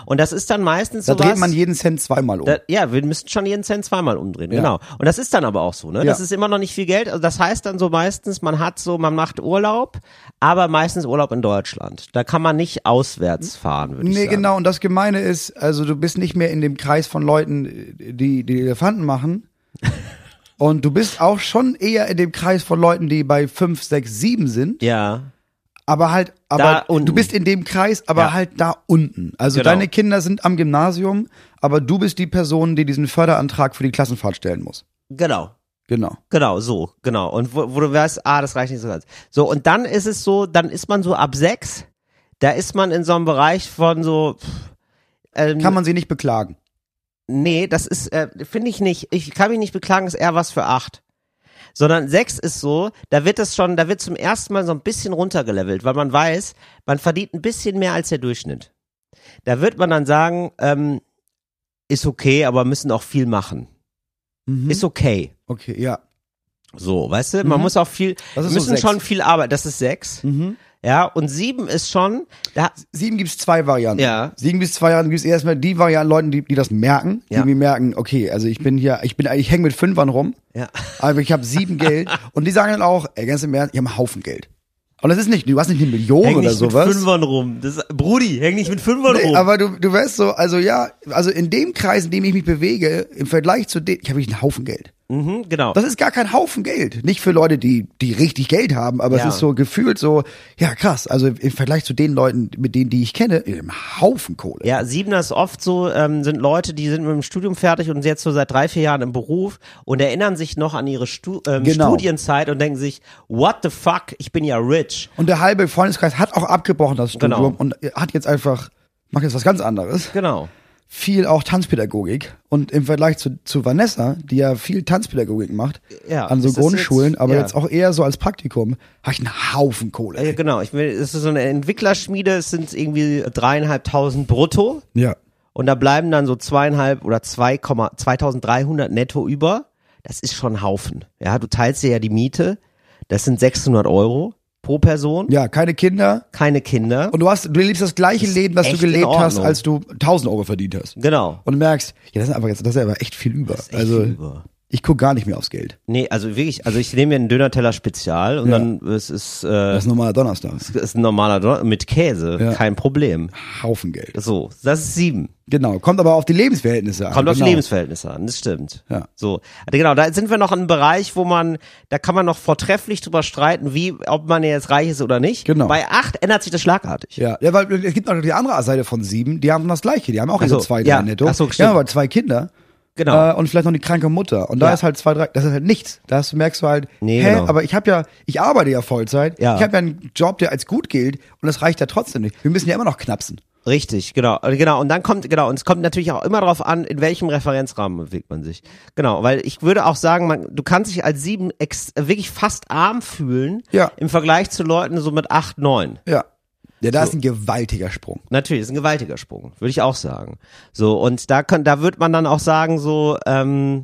Speaker 1: Und das ist dann meistens
Speaker 2: da
Speaker 1: so
Speaker 2: dreht man jeden Cent zweimal um.
Speaker 1: da, ja, wir müssen schon jeden Cent zweimal umdrehen,
Speaker 2: Ja.
Speaker 1: genau. Und das ist dann aber auch so, ne?
Speaker 2: Ja.
Speaker 1: Das ist immer noch nicht viel Geld. Also das heißt dann so meistens, man hat so, man macht Urlaub, aber meistens Urlaub in Deutschland. Da kann man nicht auswärts fahren, würde ich
Speaker 2: Nee,
Speaker 1: sagen.
Speaker 2: genau. Und das Gemeine ist, also du bist nicht mehr in dem Kreis von Leuten, die die Elefanten machen.
Speaker 1: <laughs>
Speaker 2: Und du bist auch schon eher in dem Kreis von Leuten, die bei 5, 6, 7 sind.
Speaker 1: Ja,
Speaker 2: Aber halt,
Speaker 1: Da
Speaker 2: aber
Speaker 1: unten.
Speaker 2: du bist in dem Kreis, aber
Speaker 1: Ja.
Speaker 2: halt da unten. Also
Speaker 1: Genau.
Speaker 2: deine Kinder sind am Gymnasium, aber du bist die Person, die diesen Förderantrag für die Klassenfahrt stellen muss.
Speaker 1: genau.
Speaker 2: Genau.
Speaker 1: Genau, so, genau. Und wo, wo du weißt, ah, das reicht nicht so ganz. So, und dann ist es so, dann ist man so ab sechs, da ist man in so einem Bereich von so, pff, ähm,
Speaker 2: Kann man sie nicht beklagen.
Speaker 1: Nee, das ist, äh, finde ich nicht. Ich kann mich nicht beklagen, ist eher was für acht. Sondern sechs ist so, da wird es schon, da wird zum ersten Mal so ein bisschen runtergelevelt, weil man weiß, man verdient ein bisschen mehr als der Durchschnitt. Da wird man dann sagen, ähm, ist okay, aber müssen auch viel machen.
Speaker 2: Mhm.
Speaker 1: Ist okay.
Speaker 2: Okay, ja.
Speaker 1: So, weißt du, man muss auch viel,
Speaker 2: Mhm. Das ist so
Speaker 1: müssen
Speaker 2: sechs. Mhm.
Speaker 1: schon viel arbeiten. Das ist sechs. Ja, und sieben ist schon, da,
Speaker 2: Sieben gibt's zwei Varianten.
Speaker 1: Ja.
Speaker 2: Sieben bis zwei Varianten gibt's erstmal die Varianten Leuten, die, die das merken, die
Speaker 1: Ja.
Speaker 2: irgendwie merken, okay, also ich bin hier, ich bin, ich hänge mit Fünfern rum,
Speaker 1: ja.
Speaker 2: aber ich habe sieben
Speaker 1: <laughs>
Speaker 2: Geld und die sagen dann auch, ey, ganz im Ernst, ich habe einen Haufen Geld. Und das ist nicht, du hast nicht eine Million
Speaker 1: Häng
Speaker 2: oder
Speaker 1: nicht mit
Speaker 2: sowas.
Speaker 1: Fünfern rum. Das, Brudi, häng nicht mit Fünfern
Speaker 2: Nee,
Speaker 1: rum.
Speaker 2: aber du, du weißt so, also ja, also in dem Kreis, in dem ich mich bewege, im Vergleich zu dem, ich habe einen Haufen Geld.
Speaker 1: mhm, genau.
Speaker 2: Das ist gar kein Haufen Geld. Nicht für Leute, die, die richtig Geld haben, aber
Speaker 1: Ja.
Speaker 2: es ist so gefühlt so, ja krass, also im Vergleich zu den Leuten, mit denen, die ich kenne, im Haufen Kohle.
Speaker 1: Ja, Siebener ist oft so, ähm, sind Leute, die sind mit dem Studium fertig und sind jetzt so seit drei, vier Jahren im Beruf und erinnern sich noch an ihre Stu ähm,
Speaker 2: Genau.
Speaker 1: Studienzeit und denken sich, what the fuck, ich bin ja rich.
Speaker 2: Und der halbe Freundeskreis hat auch abgebrochen das Studium
Speaker 1: Genau.
Speaker 2: und hat jetzt einfach, macht jetzt was ganz anderes.
Speaker 1: Genau.
Speaker 2: Viel auch Tanzpädagogik. Und im Vergleich zu, zu Vanessa, die ja viel Tanzpädagogik macht,
Speaker 1: Ja,
Speaker 2: an so
Speaker 1: ist das jetzt-
Speaker 2: Grundschulen, aber
Speaker 1: ja.
Speaker 2: jetzt auch eher so als Praktikum, habe ich einen Haufen Kohle.
Speaker 1: Äh, genau, ich will, es ist so eine Entwicklerschmiede, es sind irgendwie dreieinhalbtausend brutto
Speaker 2: Ja.
Speaker 1: und da bleiben dann so zweieinhalb oder 2, 2300 netto über. Das ist schon ein Haufen. Ja, du teilst dir ja die Miete, das sind 600 Euro pro Person,
Speaker 2: Ja, keine Kinder.
Speaker 1: keine Kinder.
Speaker 2: Und du hast, du lebst das gleiche Leben, das du
Speaker 1: echt in
Speaker 2: gelebt hast,
Speaker 1: Ordnung.
Speaker 2: als du 1000 Euro verdient hast.
Speaker 1: genau.
Speaker 2: Und merkst, ja, das ist einfach jetzt, das ist aber echt viel über.
Speaker 1: echt
Speaker 2: also,
Speaker 1: viel über.
Speaker 2: ich guck gar nicht mehr aufs Geld.
Speaker 1: Nee, also wirklich, also ich nehme mir einen Döner-Teller Spezial und
Speaker 2: Ja.
Speaker 1: dann es ist, äh,
Speaker 2: Das
Speaker 1: es
Speaker 2: ist normaler Donnerstag.
Speaker 1: ist ein normaler Döner mit Käse,
Speaker 2: Ja.
Speaker 1: kein Problem.
Speaker 2: Haufen Geld.
Speaker 1: So, das ist sieben.
Speaker 2: Genau. Kommt aber auf die Lebensverhältnisse an.
Speaker 1: Kommt auf die
Speaker 2: genau.
Speaker 1: Lebensverhältnisse an, das stimmt.
Speaker 2: Ja.
Speaker 1: So, also genau, da sind wir noch in einem Bereich, wo man, da kann man noch vortrefflich drüber streiten, wie, ob man jetzt reich ist oder nicht.
Speaker 2: Genau.
Speaker 1: Bei acht ändert sich das schlagartig.
Speaker 2: Ja, ja, weil es gibt noch die andere Seite von sieben, die haben das gleiche, die haben auch
Speaker 1: Ach
Speaker 2: diese
Speaker 1: so,
Speaker 2: zwei, drei
Speaker 1: ja.
Speaker 2: netto.
Speaker 1: Ach so,
Speaker 2: ja,
Speaker 1: stimmt.
Speaker 2: aber zwei Kinder.
Speaker 1: Genau.
Speaker 2: Äh, und vielleicht noch die kranke Mutter. Und da
Speaker 1: Ja.
Speaker 2: ist halt zwei, drei, das ist halt nichts. Da hast- merkst du halt,
Speaker 1: Nee,
Speaker 2: hä,
Speaker 1: genau.
Speaker 2: aber ich habe ja, ich arbeite ja Vollzeit,
Speaker 1: Ja.
Speaker 2: ich habe ja einen Job, der als gut gilt und das reicht ja trotzdem nicht. Wir müssen ja immer noch knapsen.
Speaker 1: Richtig, genau, äh, genau. Und dann kommt, genau, und es kommt natürlich auch immer darauf an, in welchem Referenzrahmen bewegt man sich. Genau, weil ich würde auch sagen, man, du kannst dich als sieben ex, äh, wirklich fast arm fühlen
Speaker 2: Ja.
Speaker 1: im Vergleich zu Leuten so mit acht, neun.
Speaker 2: Ja. Ja, da
Speaker 1: So.
Speaker 2: ist ein gewaltiger Sprung.
Speaker 1: Natürlich, ist ein gewaltiger Sprung, würde ich auch sagen. So, und da kann, da wird man dann auch sagen, so, ähm,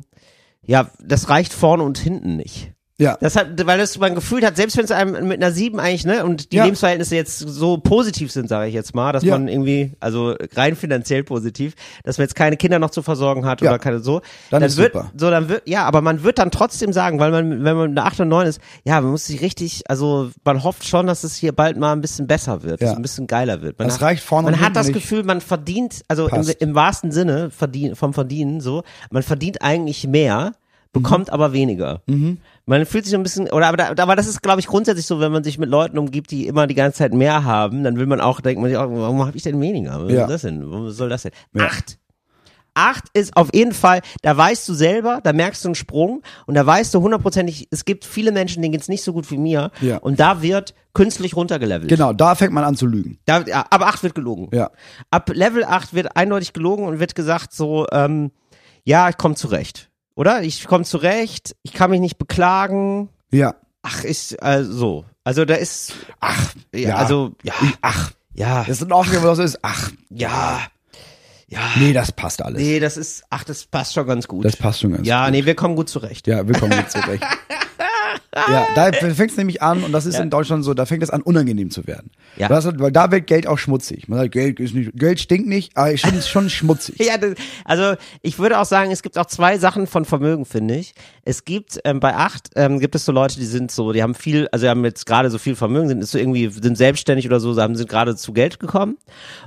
Speaker 1: ja, das reicht vorne und hinten nicht.
Speaker 2: Ja.
Speaker 1: Das hat, weil das man gefühlt hat, selbst wenn es einem mit einer 7 eigentlich, ne, und die
Speaker 2: Ja.
Speaker 1: Lebensverhältnisse jetzt so positiv sind, sage ich jetzt mal, dass
Speaker 2: Ja.
Speaker 1: man irgendwie, also rein finanziell positiv, dass man jetzt keine Kinder noch zu versorgen hat
Speaker 2: Ja.
Speaker 1: oder keine so.
Speaker 2: Dann ist
Speaker 1: wird,
Speaker 2: super.
Speaker 1: So, dann wird, ja, aber man wird dann trotzdem sagen, weil man, wenn man eine 8 und 9 ist, ja, man muss sich richtig, also man hofft schon, dass es hier bald mal ein bisschen besser wird, dass
Speaker 2: Ja.
Speaker 1: es ein bisschen geiler wird. Man
Speaker 2: Das reicht vorne
Speaker 1: Man
Speaker 2: und hinten
Speaker 1: hat das
Speaker 2: nicht.
Speaker 1: Gefühl, man verdient, also im,
Speaker 2: Passt.
Speaker 1: im wahrsten Sinne verdien, vom Verdienen so, man verdient eigentlich mehr,
Speaker 2: Mhm.
Speaker 1: bekommt aber weniger. Man fühlt sich so ein bisschen, oder aber, da, aber das ist, glaube ich, grundsätzlich so, wenn man sich mit Leuten umgibt, die immer die ganze Zeit mehr oh, haben, dann will man auch, denkt man sich auch, warum habe ich denn weniger? Was
Speaker 2: Ja.
Speaker 1: ist das denn? Warum soll das denn? Acht. acht ist auf jeden Fall, da weißt du selber, da merkst du einen Sprung und da weißt du hundertprozentig, es gibt viele Menschen, denen geht's nicht so gut wie mir.
Speaker 2: Ja.
Speaker 1: Und da wird künstlich runtergelevelt.
Speaker 2: Genau, da fängt man an zu lügen.
Speaker 1: Da, ja, ab 8 wird gelogen.
Speaker 2: Ja.
Speaker 1: Ab Level 8 wird eindeutig gelogen und wird gesagt so, ähm, ja, ich komme zurecht. Oder? Ich komme zurecht, ich kann mich nicht beklagen.
Speaker 2: Ja.
Speaker 1: Ach, ist äh, so. Also da ist,
Speaker 2: Ach,
Speaker 1: ja, also, ja,
Speaker 2: ach,
Speaker 1: ja,
Speaker 2: das ist ein Aufgabe, was ist. Ach,
Speaker 1: ja, ja.
Speaker 2: nee, das passt alles.
Speaker 1: Nee, das ist, ach, das passt schon ganz gut.
Speaker 2: Das passt schon ganz
Speaker 1: ja, nee, wir kommen gut zurecht.
Speaker 2: Ja, willkommen
Speaker 1: <laughs>
Speaker 2: jetzt zurecht. Ja, da fängt es nämlich an, und das ist in Deutschland so, da fängt es an, unangenehm zu werden.
Speaker 1: Ja.
Speaker 2: Das, weil da wird Geld auch schmutzig. Man sagt, Geld ist nicht, Geld stinkt nicht, aber ist schon, ist schon schmutzig.
Speaker 1: <laughs> Ja, das, also ich würde auch sagen, es gibt auch zwei Sachen von Vermögen, finde ich. Es gibt ähm, bei acht ähm, gibt es so Leute, die sind so, die haben viel, also die haben jetzt gerade so viel Vermögen, sind ist so irgendwie sind selbstständig oder so, haben sind gerade zu Geld gekommen.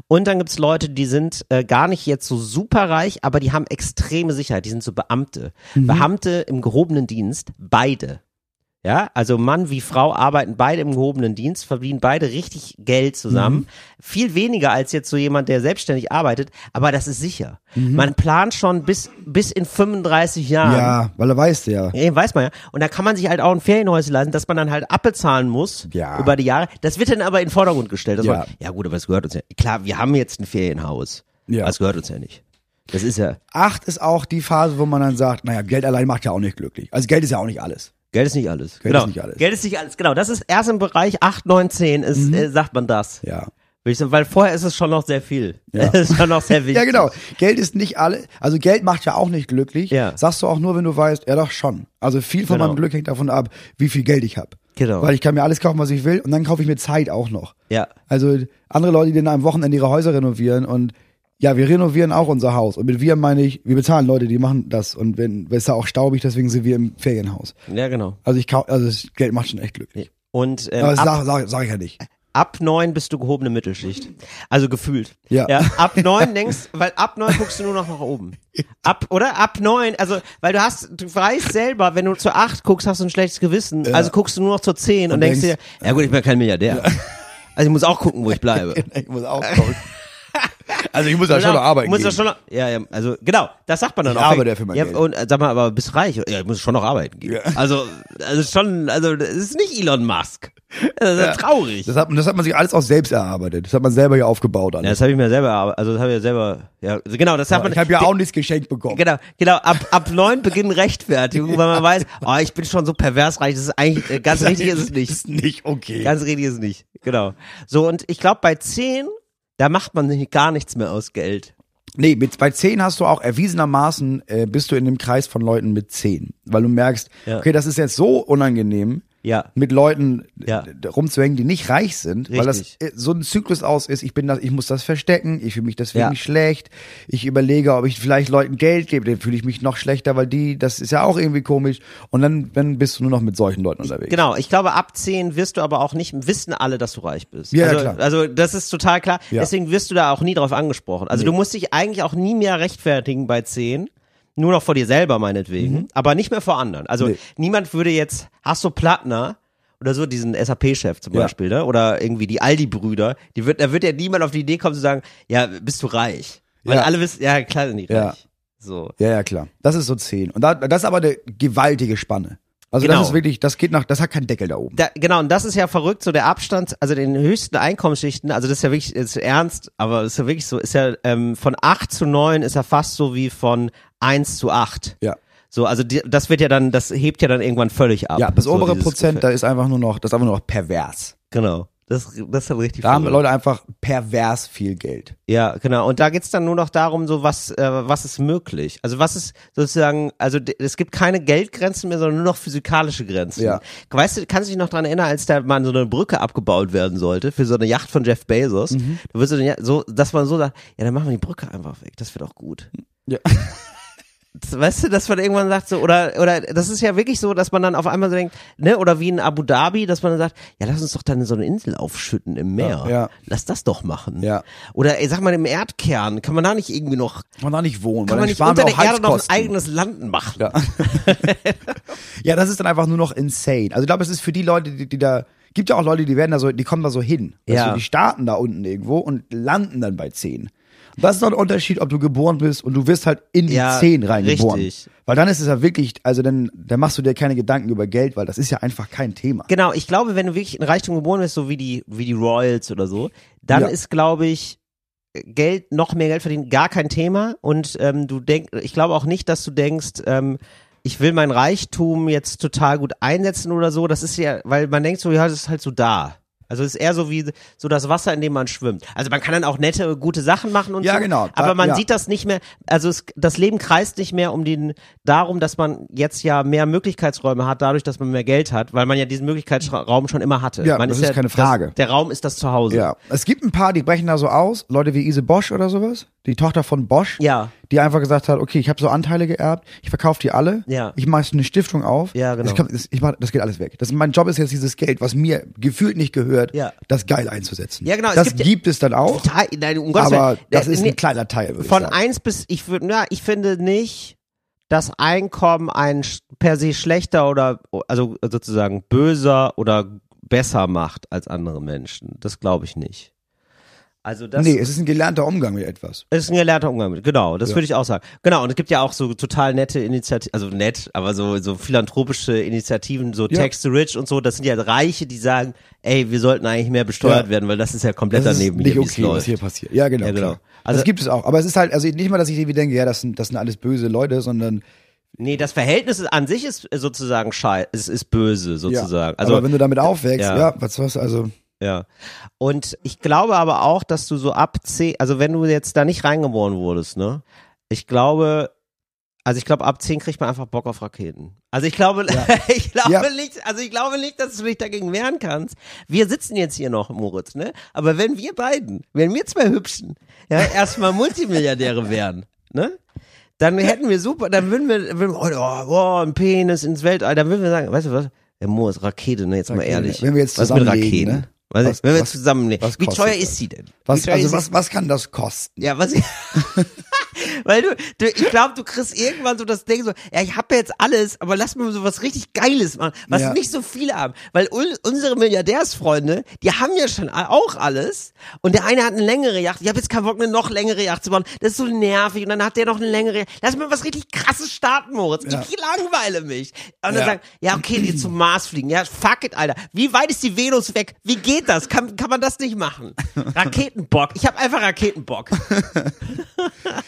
Speaker 1: Und dann gibt es Leute, die sind äh, gar nicht jetzt so superreich, aber die haben extreme Sicherheit. Die sind so Beamte, Beamte im gehobenen Dienst, beide. Ja, also Mann wie Frau arbeiten beide im gehobenen Dienst, verdienen beide richtig Geld zusammen. Viel weniger als jetzt so jemand, der selbstständig arbeitet, aber das ist sicher. Man plant schon bis, bis in 35 Jahren.
Speaker 2: Ja, weil er weiß ja.
Speaker 1: Ja. Weiß man ja. Und da kann man sich halt auch ein Ferienhäuschen leisten, dass man dann halt abbezahlen muss
Speaker 2: Ja.
Speaker 1: über die Jahre. Das wird dann aber in den Vordergrund gestellt. Dass
Speaker 2: Ja.
Speaker 1: Man, ja gut, aber es gehört uns ja. Klar, wir haben jetzt ein Ferienhaus.
Speaker 2: Ja.
Speaker 1: Ja. Aber es gehört uns ja nicht. Das ist ja,
Speaker 2: Acht ist auch die Phase, wo man dann sagt, naja, Geld allein macht ja auch nicht glücklich. Also Geld ist ja auch nicht alles.
Speaker 1: Geld ist nicht alles.
Speaker 2: Geld
Speaker 1: genau.
Speaker 2: ist nicht alles. Mhm.
Speaker 1: Geld ist nicht alles, genau. Das ist erst im Bereich 8, 9, 10 ist, äh, sagt man das.
Speaker 2: Ja.
Speaker 1: Würde ich sagen, weil vorher ist es schon noch sehr viel.
Speaker 2: Ja.
Speaker 1: <laughs> Es ist schon noch sehr wichtig.
Speaker 2: <laughs> Ja, genau. Geld ist nicht alle, also Geld macht ja auch nicht glücklich.
Speaker 1: Ja.
Speaker 2: Sagst du auch nur, wenn du weißt, ja doch schon. Also viel von
Speaker 1: Genau.
Speaker 2: meinem Glück hängt davon ab, wie viel Geld ich habe.
Speaker 1: Genau.
Speaker 2: Weil ich kann mir alles kaufen, was ich will und dann kaufe ich mir Zeit auch noch.
Speaker 1: Ja.
Speaker 2: Also andere Leute, die dann am Wochenende ihre Häuser renovieren und ja, wir renovieren auch unser Haus. Und mit wir meine ich, wir bezahlen Leute, die machen das. Und wenn, ist da auch staubig, deswegen sind wir im Ferienhaus.
Speaker 1: Ja, genau.
Speaker 2: Also ich kau also das Geld macht schon echt glücklich.
Speaker 1: Und ähm,
Speaker 2: Aber das
Speaker 1: ab,
Speaker 2: sag, sag, sag ich ja nicht.
Speaker 1: ab neun bist du gehobene Mittelschicht. Also gefühlt.
Speaker 2: Ja.
Speaker 1: ab neun denkst, weil ab neun guckst du nur noch nach oben. Ab, oder? Ab neun, also, weil du hast, du weißt selber, wenn du zur acht guckst, hast du ein schlechtes Gewissen. Also guckst du nur noch zur zehn und,
Speaker 2: Und
Speaker 1: denkst,
Speaker 2: denkst,
Speaker 1: dir, ja gut, ich bin ja kein Milliardär. Also ich muss auch gucken, wo <laughs> ich bleibe.
Speaker 2: <laughs> Ich muss auch kaufen. Also ich muss ja
Speaker 1: Genau,
Speaker 2: schon noch arbeiten.
Speaker 1: Muss
Speaker 2: gehen.
Speaker 1: ja schon noch, ja, ja, also genau, das sagt man dann
Speaker 2: Ich
Speaker 1: auch.
Speaker 2: arbeite ja für mein
Speaker 1: ja,
Speaker 2: Geld.
Speaker 1: Und äh, sag mal, aber bist reich? Ja, ich muss schon noch arbeiten gehen.
Speaker 2: Ja.
Speaker 1: Also, also schon, also das ist nicht Elon Musk. Das ist ja. traurig.
Speaker 2: Das hat, das hat man sich alles auch selbst erarbeitet. Das hat man selber ja aufgebaut.
Speaker 1: ja,
Speaker 2: Alles.
Speaker 1: das habe ich mir selber, erarbeitet. also das habe ich ja selber, ja, also genau, das sagt man.
Speaker 2: ich habe ja auch nichts geschenkt bekommen.
Speaker 1: Genau, genau, ab, ab neun beginnen Rechtfertigung, weil man weiß, <laughs> oh, ich bin schon so pervers reich, das ist eigentlich, äh, ganz richtig ist es nicht.
Speaker 2: <laughs> Ist nicht okay.
Speaker 1: Ganz richtig ist es nicht, genau. So, und ich glaube, bei zehn, da macht man sich gar nichts mehr aus Geld.
Speaker 2: Nee, mit, bei 10 hast du auch erwiesenermaßen, äh, bist du in dem Kreis von Leuten mit 10. Weil du merkst,
Speaker 1: Ja.
Speaker 2: okay, das ist jetzt so unangenehm,
Speaker 1: Ja.
Speaker 2: mit Leuten
Speaker 1: Ja.
Speaker 2: d- rumzuhängen, die nicht reich sind, weil das
Speaker 1: Richtig.
Speaker 2: äh, so ein Zyklus aus ist, ich bin das, ich muss das verstecken, ich fühle mich deswegen
Speaker 1: Ja.
Speaker 2: schlecht, ich überlege, ob ich vielleicht Leuten Geld gebe, dann fühle ich mich noch schlechter, weil die, das ist ja auch irgendwie komisch. Und dann, dann bist du nur noch mit solchen Leuten unterwegs.
Speaker 1: Genau, ich glaube, ab 10 wirst du aber auch nicht, wissen alle, dass du reich bist.
Speaker 2: Ja, ja,
Speaker 1: also,
Speaker 2: klar.
Speaker 1: also das ist total klar.
Speaker 2: Ja.
Speaker 1: Deswegen wirst du da auch nie drauf angesprochen. Also du musst dich eigentlich auch nie mehr rechtfertigen bei 10. Nur noch vor dir selber, meinetwegen, aber nicht mehr vor anderen. Also
Speaker 2: Mhm. Nee.
Speaker 1: niemand würde jetzt, hast du Plattner oder so, diesen SAP-Chef zum
Speaker 2: Ja.
Speaker 1: Beispiel, ne? oder irgendwie die Aldi-Brüder, die wird, da wird ja niemand auf die Idee kommen zu sagen, ja, bist du reich? Weil
Speaker 2: Ja.
Speaker 1: alle wissen, ja, klar sind die
Speaker 2: Ja.
Speaker 1: reich. So.
Speaker 2: Ja, ja, klar. Das ist so 10. Und da, das ist aber eine gewaltige Spanne. Also
Speaker 1: Genau.
Speaker 2: das ist wirklich, das geht nach, das hat keinen Deckel da oben.
Speaker 1: da, genau, und das ist ja verrückt, so der Abstand, also den höchsten Einkommensschichten, also das ist ja wirklich, ist ernst, aber ist ja wirklich so, ist ja ähm, von 8 zu 9 ist ja fast so wie von 1 zu 8.
Speaker 2: Ja.
Speaker 1: So, also die, das wird ja dann, das hebt ja dann irgendwann völlig ab.
Speaker 2: Ja, das
Speaker 1: so
Speaker 2: obere
Speaker 1: dieses
Speaker 2: Prozent,
Speaker 1: Gefühl.
Speaker 2: da ist einfach nur noch, das ist einfach nur noch pervers.
Speaker 1: Genau. Das, das ist dann richtig
Speaker 2: Da haben
Speaker 1: verrückt.
Speaker 2: Leute einfach pervers viel Geld.
Speaker 1: Ja, genau. Und da geht's dann nur noch darum, so was, äh, was ist möglich. Also was ist sozusagen, also d- es gibt keine Geldgrenzen mehr, sondern nur noch physikalische Grenzen.
Speaker 2: Ja.
Speaker 1: Weißt du, kannst du dich noch dran erinnern, als da mal so eine Brücke abgebaut werden sollte für so eine Yacht von Jeff Bezos? Da wird so, eine Ja- so, dass man so sagt, ja, dann machen wir die Brücke einfach weg. Das wird auch gut.
Speaker 2: Ja. <laughs>
Speaker 1: Das- Weißt du, dass man irgendwann sagt so, oder, oder, das ist ja wirklich so, dass man dann auf einmal so denkt, ne, oder wie in Abu Dhabi, dass man dann sagt, ja, lass uns doch dann so eine Insel aufschütten im Meer.
Speaker 2: ja.
Speaker 1: Lass das doch machen.
Speaker 2: Ja.
Speaker 1: Oder ey, sag mal im Erdkern, kann man da nicht irgendwie noch,
Speaker 2: Kann man da nicht wohnen,
Speaker 1: kann man
Speaker 2: weil dann
Speaker 1: nicht
Speaker 2: sparen
Speaker 1: unter
Speaker 2: wir
Speaker 1: der
Speaker 2: auch
Speaker 1: Erde noch ein
Speaker 2: Heizkosten.
Speaker 1: eigenes Land machen?
Speaker 2: Ja. <laughs> ja, das ist dann einfach nur noch insane. Also ich glaube, es ist für die Leute, die, die da, gibt ja auch Leute, die werden da so, die kommen da so hin. Weißt
Speaker 1: Ja.
Speaker 2: Du, die starten da unten irgendwo und landen dann bei 10. Und Was ist noch ein Unterschied, ob du geboren bist und du wirst halt in die
Speaker 1: Ja,
Speaker 2: 10 reingeboren?
Speaker 1: richtig.
Speaker 2: Weil dann ist es ja wirklich, also dann, dann machst du dir keine Gedanken über Geld, weil das ist ja einfach kein Thema.
Speaker 1: Genau, ich glaube, wenn du wirklich in Reichtum geboren bist, so wie die, wie die Royals oder so, dann
Speaker 2: Ja.
Speaker 1: ist, glaube ich, Geld, noch mehr Geld verdienen, gar kein Thema. Und ähm, du denkst, ich glaube auch nicht, dass du denkst, ähm, ich will mein Reichtum jetzt total gut einsetzen oder so. Das ist ja, weil man denkt so, ja, das ist halt so da. Also es ist eher so wie so das Wasser, in dem man schwimmt. Also man kann dann auch nette, gute Sachen machen und
Speaker 2: Ja,
Speaker 1: so.
Speaker 2: genau. Da-
Speaker 1: Aber man
Speaker 2: ja.
Speaker 1: sieht das nicht mehr, also es, das Leben kreist nicht mehr um den, darum, dass man jetzt ja mehr Möglichkeitsräume hat, dadurch, dass man mehr Geld hat, weil man ja diesen Möglichkeitsraum schon immer hatte.
Speaker 2: Ja,
Speaker 1: man
Speaker 2: das
Speaker 1: ja,
Speaker 2: ist keine Frage.
Speaker 1: Das, der Raum ist das Zuhause.
Speaker 2: Ja. Es gibt ein paar, die brechen da so aus, Leute wie Ise Bosch oder sowas, die Tochter von Bosch,
Speaker 1: Ja.
Speaker 2: die einfach gesagt hat, okay, ich habe so Anteile geerbt, ich verkaufe die alle,
Speaker 1: Ja.
Speaker 2: ich mache eine Stiftung auf,
Speaker 1: Ja, genau.
Speaker 2: ich kann, das- ich mach, das geht alles weg. Das, mein Job ist jetzt dieses Geld, was mir gefühlt nicht gehört,
Speaker 1: Ja.
Speaker 2: das geil einzusetzen.
Speaker 1: Ja, genau, es
Speaker 2: Das
Speaker 1: gibt
Speaker 2: gibt,
Speaker 1: ja-
Speaker 2: es dann auch,
Speaker 1: Total, nein, um Gottes
Speaker 2: aber
Speaker 1: Willen.
Speaker 2: das
Speaker 1: Äh,
Speaker 2: ist
Speaker 1: nee,
Speaker 2: ein kleiner Teil. würd ich
Speaker 1: Von
Speaker 2: sagen.
Speaker 1: 1 bis, ich würde, na, ich finde nicht, dass Einkommen ein sch- per se schlechter oder, also sozusagen böser oder besser macht als andere Menschen. Das glaube ich nicht. Also das
Speaker 2: Nee, es ist ein gelernter Umgang mit etwas.
Speaker 1: Es ist ein gelernter Umgang mit, genau, das
Speaker 2: Ja.
Speaker 1: würde ich auch sagen. Genau, und es gibt ja auch so total nette Initiativen, also nett, aber so, so philanthropische Initiativen, so
Speaker 2: Ja.
Speaker 1: Tax to Rich und so, das sind ja Reiche, die sagen, ey, wir sollten eigentlich mehr besteuert
Speaker 2: Ja.
Speaker 1: werden, weil das ist ja komplett
Speaker 2: Das ist
Speaker 1: daneben
Speaker 2: nicht
Speaker 1: hier,
Speaker 2: okay,
Speaker 1: wie es
Speaker 2: was
Speaker 1: läuft.
Speaker 2: hier passiert. Ja, genau.
Speaker 1: Ja, genau.
Speaker 2: Klar.
Speaker 1: Also-
Speaker 2: das gibt es auch. Aber es ist halt, also nicht mal, dass ich irgendwie denke, ja, das sind, das sind alles böse Leute, sondern
Speaker 1: Nee, das Verhältnis an sich ist äh, sozusagen scheiße, es ist böse sozusagen.
Speaker 2: Ja,
Speaker 1: Also,
Speaker 2: aber wenn du damit aufwächst,
Speaker 1: Ja.
Speaker 2: ja, was was also
Speaker 1: Ja. Und ich glaube aber auch, dass du so ab zehn, also wenn du jetzt da nicht reingeboren wurdest, ne? Ich glaube, also ich glaube, ab 10 kriegt man einfach Bock auf Raketen. Also ich glaube, <laughs> ich glaube
Speaker 2: Ja.
Speaker 1: nicht, also ich glaube nicht, dass du dich dagegen wehren kannst. Wir sitzen jetzt hier noch, Moritz, ne? Aber wenn wir beiden, wenn wir zwei Hübschen, ja, erstmal Multimilliardäre <laughs> wären, ne? Dann hätten wir super, dann würden wir, würden wir oh, oh, ein Penis ins Weltall, dann würden wir sagen, weißt du was? Der Moritz, Rakete, ne? Jetzt mal
Speaker 2: Rakete.
Speaker 1: ehrlich.
Speaker 2: Wenn wir jetzt
Speaker 1: was mit
Speaker 2: zusammenlegen,
Speaker 1: Raketen?
Speaker 2: ne?
Speaker 1: Was,
Speaker 2: Was-
Speaker 1: wenn wir
Speaker 2: was-
Speaker 1: zusammenlegen.
Speaker 2: was
Speaker 1: Wie
Speaker 2: kostet
Speaker 1: teuer
Speaker 2: das?
Speaker 1: ist sie denn? Wie
Speaker 2: was
Speaker 1: teuer ist
Speaker 2: also
Speaker 1: sie?
Speaker 2: was was kann das kosten?
Speaker 1: Ja, was? <laughs> Weil du, du ich glaube, du kriegst irgendwann so das Ding so, ja, ich habe ja jetzt alles, aber lass mal so was richtig Geiles machen, was
Speaker 2: Ja.
Speaker 1: nicht so viele haben. Weil un, unsere Milliardärsfreunde, die haben ja schon a- auch alles und der eine hat eine längere Yacht, ich habe jetzt keinen Bock, eine noch längere Yacht zu bauen, das ist so nervig und dann hat der noch eine längere Yacht. Lass mal was richtig krasses starten, Moritz,
Speaker 2: Ja.
Speaker 1: ich langweile mich. Und dann
Speaker 2: Ja.
Speaker 1: sagen, ja, okay, die zum Mars fliegen, ja, fuck it, Alter. Wie weit ist die Venus weg? Wie geht das? Kann, kann man das nicht
Speaker 2: <laughs>
Speaker 1: machen? Raketenbock, ich habe einfach Raketenbock.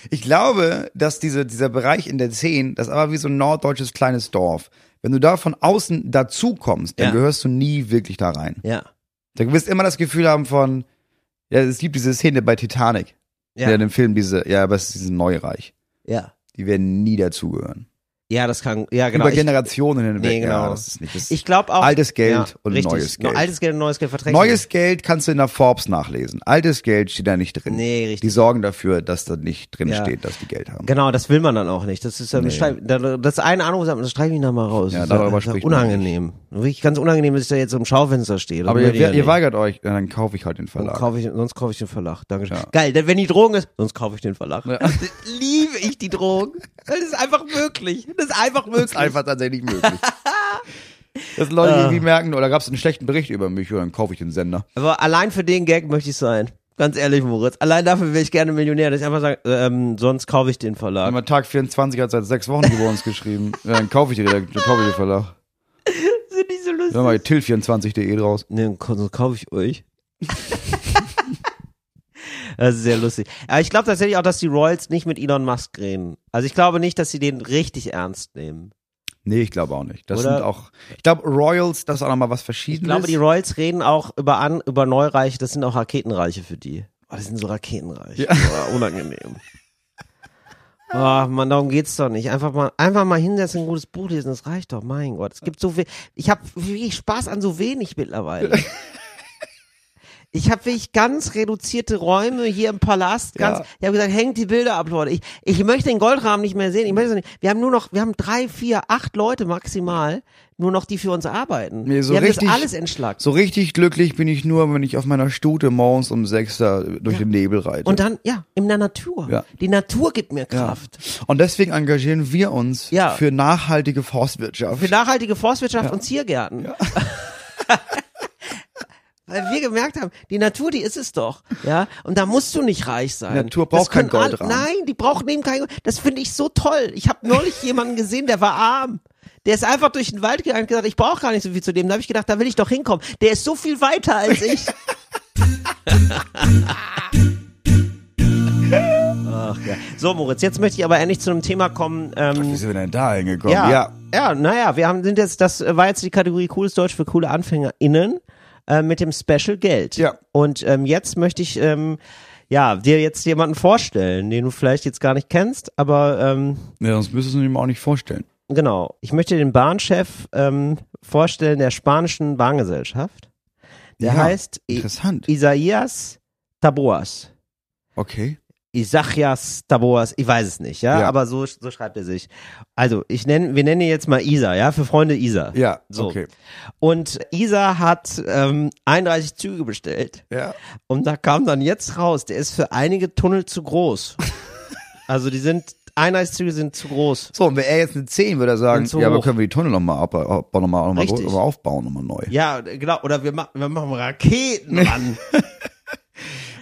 Speaker 2: Ich glaube, dass diese, dieser Bereich in der 10, das ist aber wie so ein norddeutsches kleines Dorf. Wenn du da von außen dazu kommst, dann
Speaker 1: Ja.
Speaker 2: gehörst du nie wirklich da rein.
Speaker 1: Ja.
Speaker 2: Du wirst immer das Gefühl haben von ja, es gibt diese Szene bei Titanic,
Speaker 1: Ja.
Speaker 2: ja, in dem Film diese ja, aber es ist dieses Neureich.
Speaker 1: Ja.
Speaker 2: Die werden nie dazugehören.
Speaker 1: Ja, das kann, ja, genau.
Speaker 2: Über
Speaker 1: Ich,
Speaker 2: Generationen hinweg.
Speaker 1: Nee, genau.
Speaker 2: ja, das ist nicht das
Speaker 1: ich glaube auch.
Speaker 2: altes Geld
Speaker 1: ja,
Speaker 2: und
Speaker 1: richtig.
Speaker 2: neues
Speaker 1: No-
Speaker 2: Geld.
Speaker 1: Altes Geld und neues Geld verträgt.
Speaker 2: Neues Geld kannst du in der Forbes nachlesen. Altes Geld steht da nicht drin.
Speaker 1: Nee, richtig.
Speaker 2: Die sorgen dafür, dass da nicht drin
Speaker 1: Ja.
Speaker 2: steht, dass die Geld haben.
Speaker 1: Genau, das will man dann auch nicht. Das ist ja, streich- da- das eine Anruf sagt, man, das streiche ich noch mal raus.
Speaker 2: Ja,
Speaker 1: das ist ja-
Speaker 2: darüber
Speaker 1: das ist ja
Speaker 2: spricht man
Speaker 1: unangenehm. Wirklich ganz unangenehm, dass ich da jetzt im Schaufenster stehe. Das
Speaker 2: Aber ihr,
Speaker 1: möchte ich
Speaker 2: ihr
Speaker 1: ja nicht.
Speaker 2: weigert euch, ja, dann kaufe ich halt den
Speaker 1: Sonst
Speaker 2: Verlag.
Speaker 1: kaufe ich, sonst kaufe ich den Verlag. Dankeschön.
Speaker 2: Ja.
Speaker 1: Geil, denn wenn die Drogen ist, sonst kaufe ich den Verlag. <laughs> Liebe ich die Drogen. Das ist einfach möglich. Das ist einfach möglich.
Speaker 2: das ist einfach
Speaker 1: <laughs>
Speaker 2: tatsächlich möglich. Dass Leute
Speaker 1: Ah.
Speaker 2: irgendwie merken, oder gab es einen schlechten Bericht über mich, oder dann kaufe ich den Sender.
Speaker 1: Aber allein für den Gag möchte ich sein. Ganz ehrlich, Moritz. Allein dafür wäre ich gerne Millionär, dass ich einfach sage, ähm, sonst kaufe ich den Verlag.
Speaker 2: Einmal Tag 24 hat seit sechs Wochen über uns geschrieben. Ja, dann kaufe ich die Redakt- dann kaufe ich den Verlag.
Speaker 1: <laughs> Sind die so lustig?
Speaker 2: Dann mal till24.de draus.
Speaker 1: Ne, sonst kaufe ich euch. das ist sehr lustig. Aber ich glaube tatsächlich auch, dass die Royals nicht mit Elon Musk reden. Also ich glaube nicht, dass sie den richtig ernst nehmen.
Speaker 2: Nee, ich glaube auch nicht. Das
Speaker 1: Oder-
Speaker 2: sind auch, ich glaube, Royals, das ist auch nochmal was Verschiedenes.
Speaker 1: Ich glaube, die Royals reden auch über an, über Neureiche, das sind auch Raketenreiche für die. Oh, das sind so Raketenreich. Oh, unangenehm. Oh, Mann, darum geht's doch nicht. Einfach mal, einfach mal hinsetzen, ein gutes Buch lesen, das reicht doch. Mein Gott, es gibt so viel. Ich habe wirklich Spaß an so wenig mittlerweile. Ich habe wirklich ganz reduzierte Räume hier im Palast. Ganz,
Speaker 2: Ja.
Speaker 1: Ich habe gesagt, hängt die Bilder ab, Leute. Ich, ich möchte den Goldrahmen nicht mehr sehen. Ich möchte das nicht. Wir haben nur noch, wir haben drei, vier, acht Leute maximal, nur noch die für uns arbeiten.
Speaker 2: Nee, so
Speaker 1: wir haben
Speaker 2: richtig-
Speaker 1: das alles entschlackt.
Speaker 2: So richtig glücklich bin ich nur, wenn ich auf meiner Stute morgens um sechs da durch den Nebel reite.
Speaker 1: Und dann, ja, in der Natur.
Speaker 2: Ja.
Speaker 1: Die Natur gibt mir Kraft.
Speaker 2: Und deswegen engagieren wir uns
Speaker 1: Ja.
Speaker 2: für nachhaltige Forstwirtschaft.
Speaker 1: Für nachhaltige Forstwirtschaft und Ziergärten. <laughs> Weil wir gemerkt haben, die Natur, die ist es doch. Ja, und da musst du nicht reich sein.
Speaker 2: Die Natur braucht
Speaker 1: Das können
Speaker 2: kein
Speaker 1: alle-
Speaker 2: Goldrahmen.
Speaker 1: Nein, die braucht neben kein Gold. Das finde ich so toll. Ich habe
Speaker 2: <laughs>
Speaker 1: neulich jemanden gesehen, der war arm. Der ist einfach durch den Wald gegangen und gesagt, ich brauche gar nicht so viel zu dem. Da habe ich gedacht, da will ich doch hinkommen. Der ist so viel weiter
Speaker 2: <laughs>
Speaker 1: als ich. Ach, geil. So, Moritz, jetzt möchte ich aber endlich zu einem Thema kommen. Ähm,
Speaker 2: Wie sind wir denn da hingekommen?
Speaker 1: ja. Ja, naja, wir haben sind jetzt, das war jetzt die Kategorie Cooles Deutsch für coole AnfängerInnen äh, mit dem Special Geld.
Speaker 2: Ja.
Speaker 1: Und ähm, jetzt möchte ich ähm, ja, dir jetzt jemanden vorstellen, den du vielleicht jetzt gar nicht kennst, aber ähm,
Speaker 2: Ja, sonst müsstest du ihm auch nicht vorstellen.
Speaker 1: genau. Ich möchte den Bahnchef ähm, vorstellen der spanischen Bahngesellschaft. Der
Speaker 2: Ja,
Speaker 1: heißt I
Speaker 2: Interessant.
Speaker 1: Isaías Taboas.
Speaker 2: Okay.
Speaker 1: Isachias Taboas, ich weiß es nicht, ja,
Speaker 2: Ja.
Speaker 1: aber so, so schreibt er sich. Also, ich nenne, wir nennen ihn jetzt mal Isa, ja, für Freunde Isa.
Speaker 2: Ja,
Speaker 1: So.
Speaker 2: okay.
Speaker 1: Und Isa hat ähm, 31 Züge bestellt.
Speaker 2: Ja.
Speaker 1: Und da kam dann jetzt raus, der ist für einige Tunnel zu
Speaker 2: <laughs>
Speaker 1: groß. also die sind, 31 Züge sind zu groß.
Speaker 2: So, und wäre er jetzt eine 10, würde er sagen,
Speaker 1: Und so
Speaker 2: ja, aber
Speaker 1: hoch.
Speaker 2: können wir die Tunnel nochmal ab, ab, noch mal, noch mal,
Speaker 1: Richtig.
Speaker 2: gro- aber aufbauen, nochmal neu.
Speaker 1: Ja, genau. Oder wir, ma wir machen Raketen ran.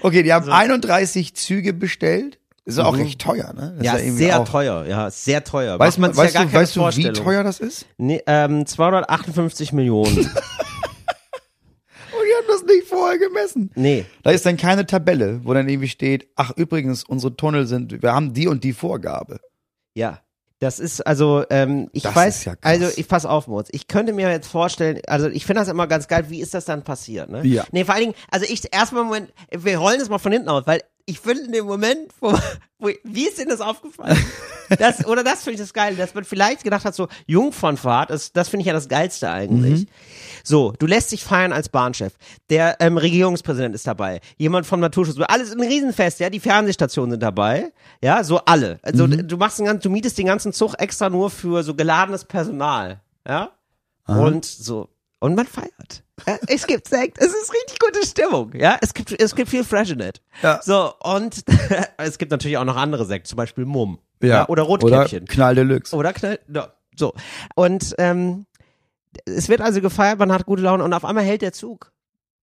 Speaker 2: Okay, die haben 31 Züge bestellt. Ist ja auch
Speaker 1: Mhm.
Speaker 2: recht teuer, ne? Das
Speaker 1: ja,
Speaker 2: ist irgendwie
Speaker 1: sehr
Speaker 2: auch-
Speaker 1: teuer. Ja, ist sehr teuer.
Speaker 2: Weißt,
Speaker 1: Macht man's
Speaker 2: weißt,
Speaker 1: ja gar
Speaker 2: du,
Speaker 1: keine
Speaker 2: weißt du, wie
Speaker 1: Vorstellung.
Speaker 2: teuer das ist?
Speaker 1: Nee, ähm, 258
Speaker 2: <laughs>
Speaker 1: Millionen.
Speaker 2: Und Oh, die haben das nicht vorher gemessen.
Speaker 1: nee.
Speaker 2: Da ist dann keine Tabelle, wo dann irgendwie steht, ach übrigens, unsere Tunnel sind, wir haben die und die Vorgabe.
Speaker 1: Ja. Das ist also, ähm, ich
Speaker 2: Das
Speaker 1: weiß,
Speaker 2: ist ja krass.
Speaker 1: also ich pass auf, Moritz. Ich könnte mir jetzt vorstellen, also ich finde das immer ganz geil, wie ist das dann passiert, ne?
Speaker 2: Ja.
Speaker 1: Nee, vor allen Dingen, also ich erstmal im Moment, wir rollen das mal von hinten aus, weil ich finde in dem Moment, wo, wo wie ist denn das aufgefallen? Das, oder das finde ich das geil, dass man vielleicht gedacht hat, so Jungfernfahrt, das, das finde ich ja das Geilste
Speaker 2: Mhm.
Speaker 1: eigentlich. So, du lässt dich feiern als Bahnchef. Der ähm, Regierungspräsident ist dabei. Jemand vom Naturschutz. Alles ein Riesenfest, ja. Die Fernsehstationen sind dabei. Ja, so alle. Also
Speaker 2: Mhm.
Speaker 1: d- du machst den ganzen, du mietest den ganzen Zug extra nur für so geladenes Personal. Ja. Und so. Und man feiert. Ja, es gibt Sekt, es ist richtig gute Stimmung. Ja, es gibt, es gibt viel Freshenet.
Speaker 2: Ja.
Speaker 1: So, und <laughs> es gibt natürlich auch noch andere Sekt, zum Beispiel Mumm. Oder
Speaker 2: Oder
Speaker 1: Rotkäppchen.
Speaker 2: Knall Deluxe.
Speaker 1: Oder Knall. Ja, so. Und ähm, es wird also gefeiert, man hat gute Laune und auf einmal hält der Zug.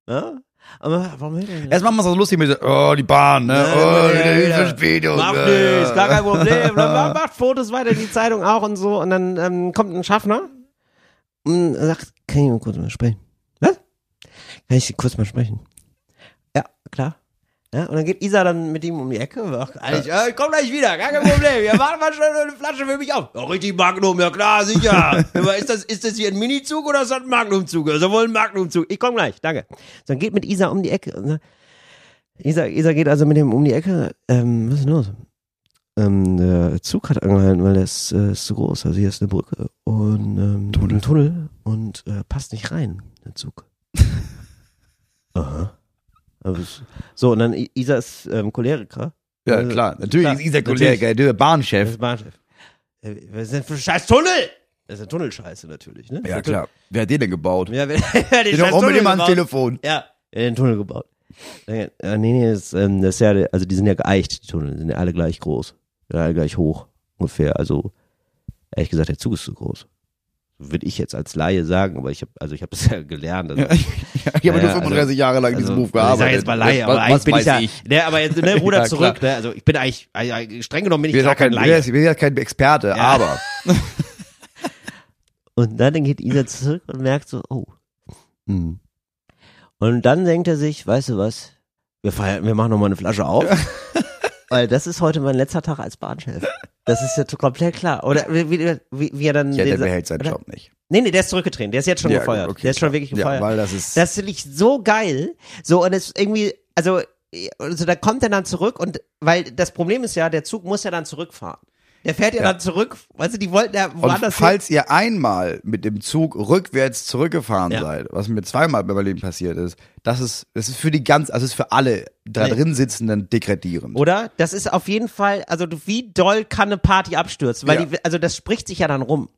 Speaker 1: Ja? Aber warum hält der denn?
Speaker 2: Erst machen wir es so lustig mit, so, oh, die Bahn, ne?
Speaker 1: Ja,
Speaker 2: oh,
Speaker 1: ja,
Speaker 2: wieder
Speaker 1: ja.
Speaker 2: die Verspätung.
Speaker 1: äh, Macht
Speaker 2: äh.
Speaker 1: nichts, gar kein Problem. <laughs> Macht macht Fotos weiter in die Zeitung auch und so. Und dann ähm, kommt ein Schaffner und sagt, kann ich mal kurz mal sprechen? Was? Kann ich kurz mal sprechen? Ja, klar. Ja, und dann geht Isa dann mit ihm um die Ecke und sagt, eigentlich, ja, ich komm gleich wieder, gar kein Problem. Ja, warte mal schon eine Flasche für mich auf. Ja, richtig Magnum, ja klar, sicher. <laughs> Aber ist das, ist das hier ein Minizug oder ist das ein Magnumzug? Also wohl ein Magnumzug. Ich komm gleich, danke. So, dann geht mit Isa um die Ecke und sagt, Isa, Isa geht also mit dem um die Ecke. Ähm, was ist denn los? Ähm, der Zug hat angehalten, weil der ist, äh, ist zu groß. Also hier ist eine Brücke und ähm, Tunnel. ein Tunnel und äh, passt nicht rein, der Zug.
Speaker 2: <laughs>
Speaker 1: Aha. Aber es- So, und dann I- Isa ist ähm, Choleriker.
Speaker 2: Ja, klar. Natürlich
Speaker 1: Klar,
Speaker 2: ist Isaac
Speaker 1: natürlich.
Speaker 2: Kollega, der
Speaker 1: Das
Speaker 2: Bahnchef.
Speaker 1: ist Bahnchef. Äh, Was ist denn für ein scheiß Tunnel? Das ist eine Tunnelscheiße natürlich, ne?
Speaker 2: Ja, klar. Wer hat den denn gebaut?
Speaker 1: Ja, wer, <laughs> wer den
Speaker 2: Den doch
Speaker 1: scheiß
Speaker 2: auch mit
Speaker 1: Tunnel
Speaker 2: dem ans
Speaker 1: gebaut?
Speaker 2: Telefon.
Speaker 1: Ja, er hat den Tunnel gebaut. Äh, äh, nee, nee, das, ähm, das ist ja, also die sind ja geeicht, die Tunnel, sind ja alle gleich groß. Ja, alle gleich hoch, ungefähr. Also, ehrlich gesagt, der Zug ist zu groß. Würde ich jetzt als Laie sagen, aber ich habe also ich habe das ja gelernt. Also,
Speaker 2: Ja, ich ich habe nur
Speaker 1: Naja,
Speaker 2: 35 Jahre lang in diesem Beruf
Speaker 1: also, ich sag
Speaker 2: gearbeitet.
Speaker 1: jetzt mal Laie,
Speaker 2: Was-
Speaker 1: aber eigentlich
Speaker 2: was
Speaker 1: bin ich
Speaker 2: weiß
Speaker 1: ja, Ne, aber jetzt, ne, Ruder
Speaker 2: <laughs> Ja,
Speaker 1: zurück, ne, also ich bin eigentlich, eigentlich, streng genommen bin ich
Speaker 2: Wir
Speaker 1: gar
Speaker 2: sind
Speaker 1: kein
Speaker 2: kein,
Speaker 1: Laie.
Speaker 2: wir sind ja kein Experte,
Speaker 1: Ja.
Speaker 2: aber
Speaker 1: <laughs> Und dann geht Isa zurück und merkt so, oh.
Speaker 2: Mhm.
Speaker 1: Hm. Und dann denkt er sich, weißt du was, wir, feiern, wir machen nochmal eine Flasche auf. <laughs> Weil das ist heute mein letzter Tag als Bahnchef. Das ist ja t- komplett klar. Oder wie, wie, wie wie er dann.
Speaker 2: ja, der
Speaker 1: den-
Speaker 2: behält seinen
Speaker 1: oder?
Speaker 2: Job nicht.
Speaker 1: Nee, nee, der ist zurückgetreten. Der ist jetzt schon
Speaker 2: Ja,
Speaker 1: gefeuert.
Speaker 2: okay,
Speaker 1: der ist schon wirklich
Speaker 2: Ja,
Speaker 1: gefeuert.
Speaker 2: weil das ist.
Speaker 1: Das finde ich so geil. So, und es irgendwie, also, also da kommt er dann zurück und, weil das Problem ist ja, der Zug muss ja dann zurückfahren. Der fährt ja,
Speaker 2: Ja.
Speaker 1: dann zurück, weißt du, die wollten ja
Speaker 2: und
Speaker 1: woanders hin.
Speaker 2: falls ihr einmal mit dem Zug rückwärts zurückgefahren
Speaker 1: Ja.
Speaker 2: seid, was mir zweimal bei Berlin passiert ist, das ist, das ist für die ganz, also ist für alle da
Speaker 1: Nee.
Speaker 2: drin sitzenden degradierend.
Speaker 1: Oder? Das ist auf jeden Fall, also du- wie doll kann eine Party abstürzen? Weil
Speaker 2: Ja.
Speaker 1: die, also das spricht sich ja dann rum.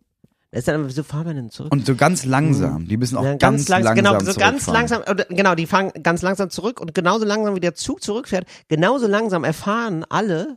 Speaker 1: Das ist dann, immer, wieso fahren wir denn zurück?
Speaker 2: Und so ganz langsam. Die müssen auch
Speaker 1: Mhm. Ja,
Speaker 2: ganz, langsam.
Speaker 1: genau, so ganz
Speaker 2: zurückfahren.
Speaker 1: langsam, oder, genau, die fahren ganz langsam zurück und genauso langsam wie der Zug zurückfährt, genauso langsam erfahren alle,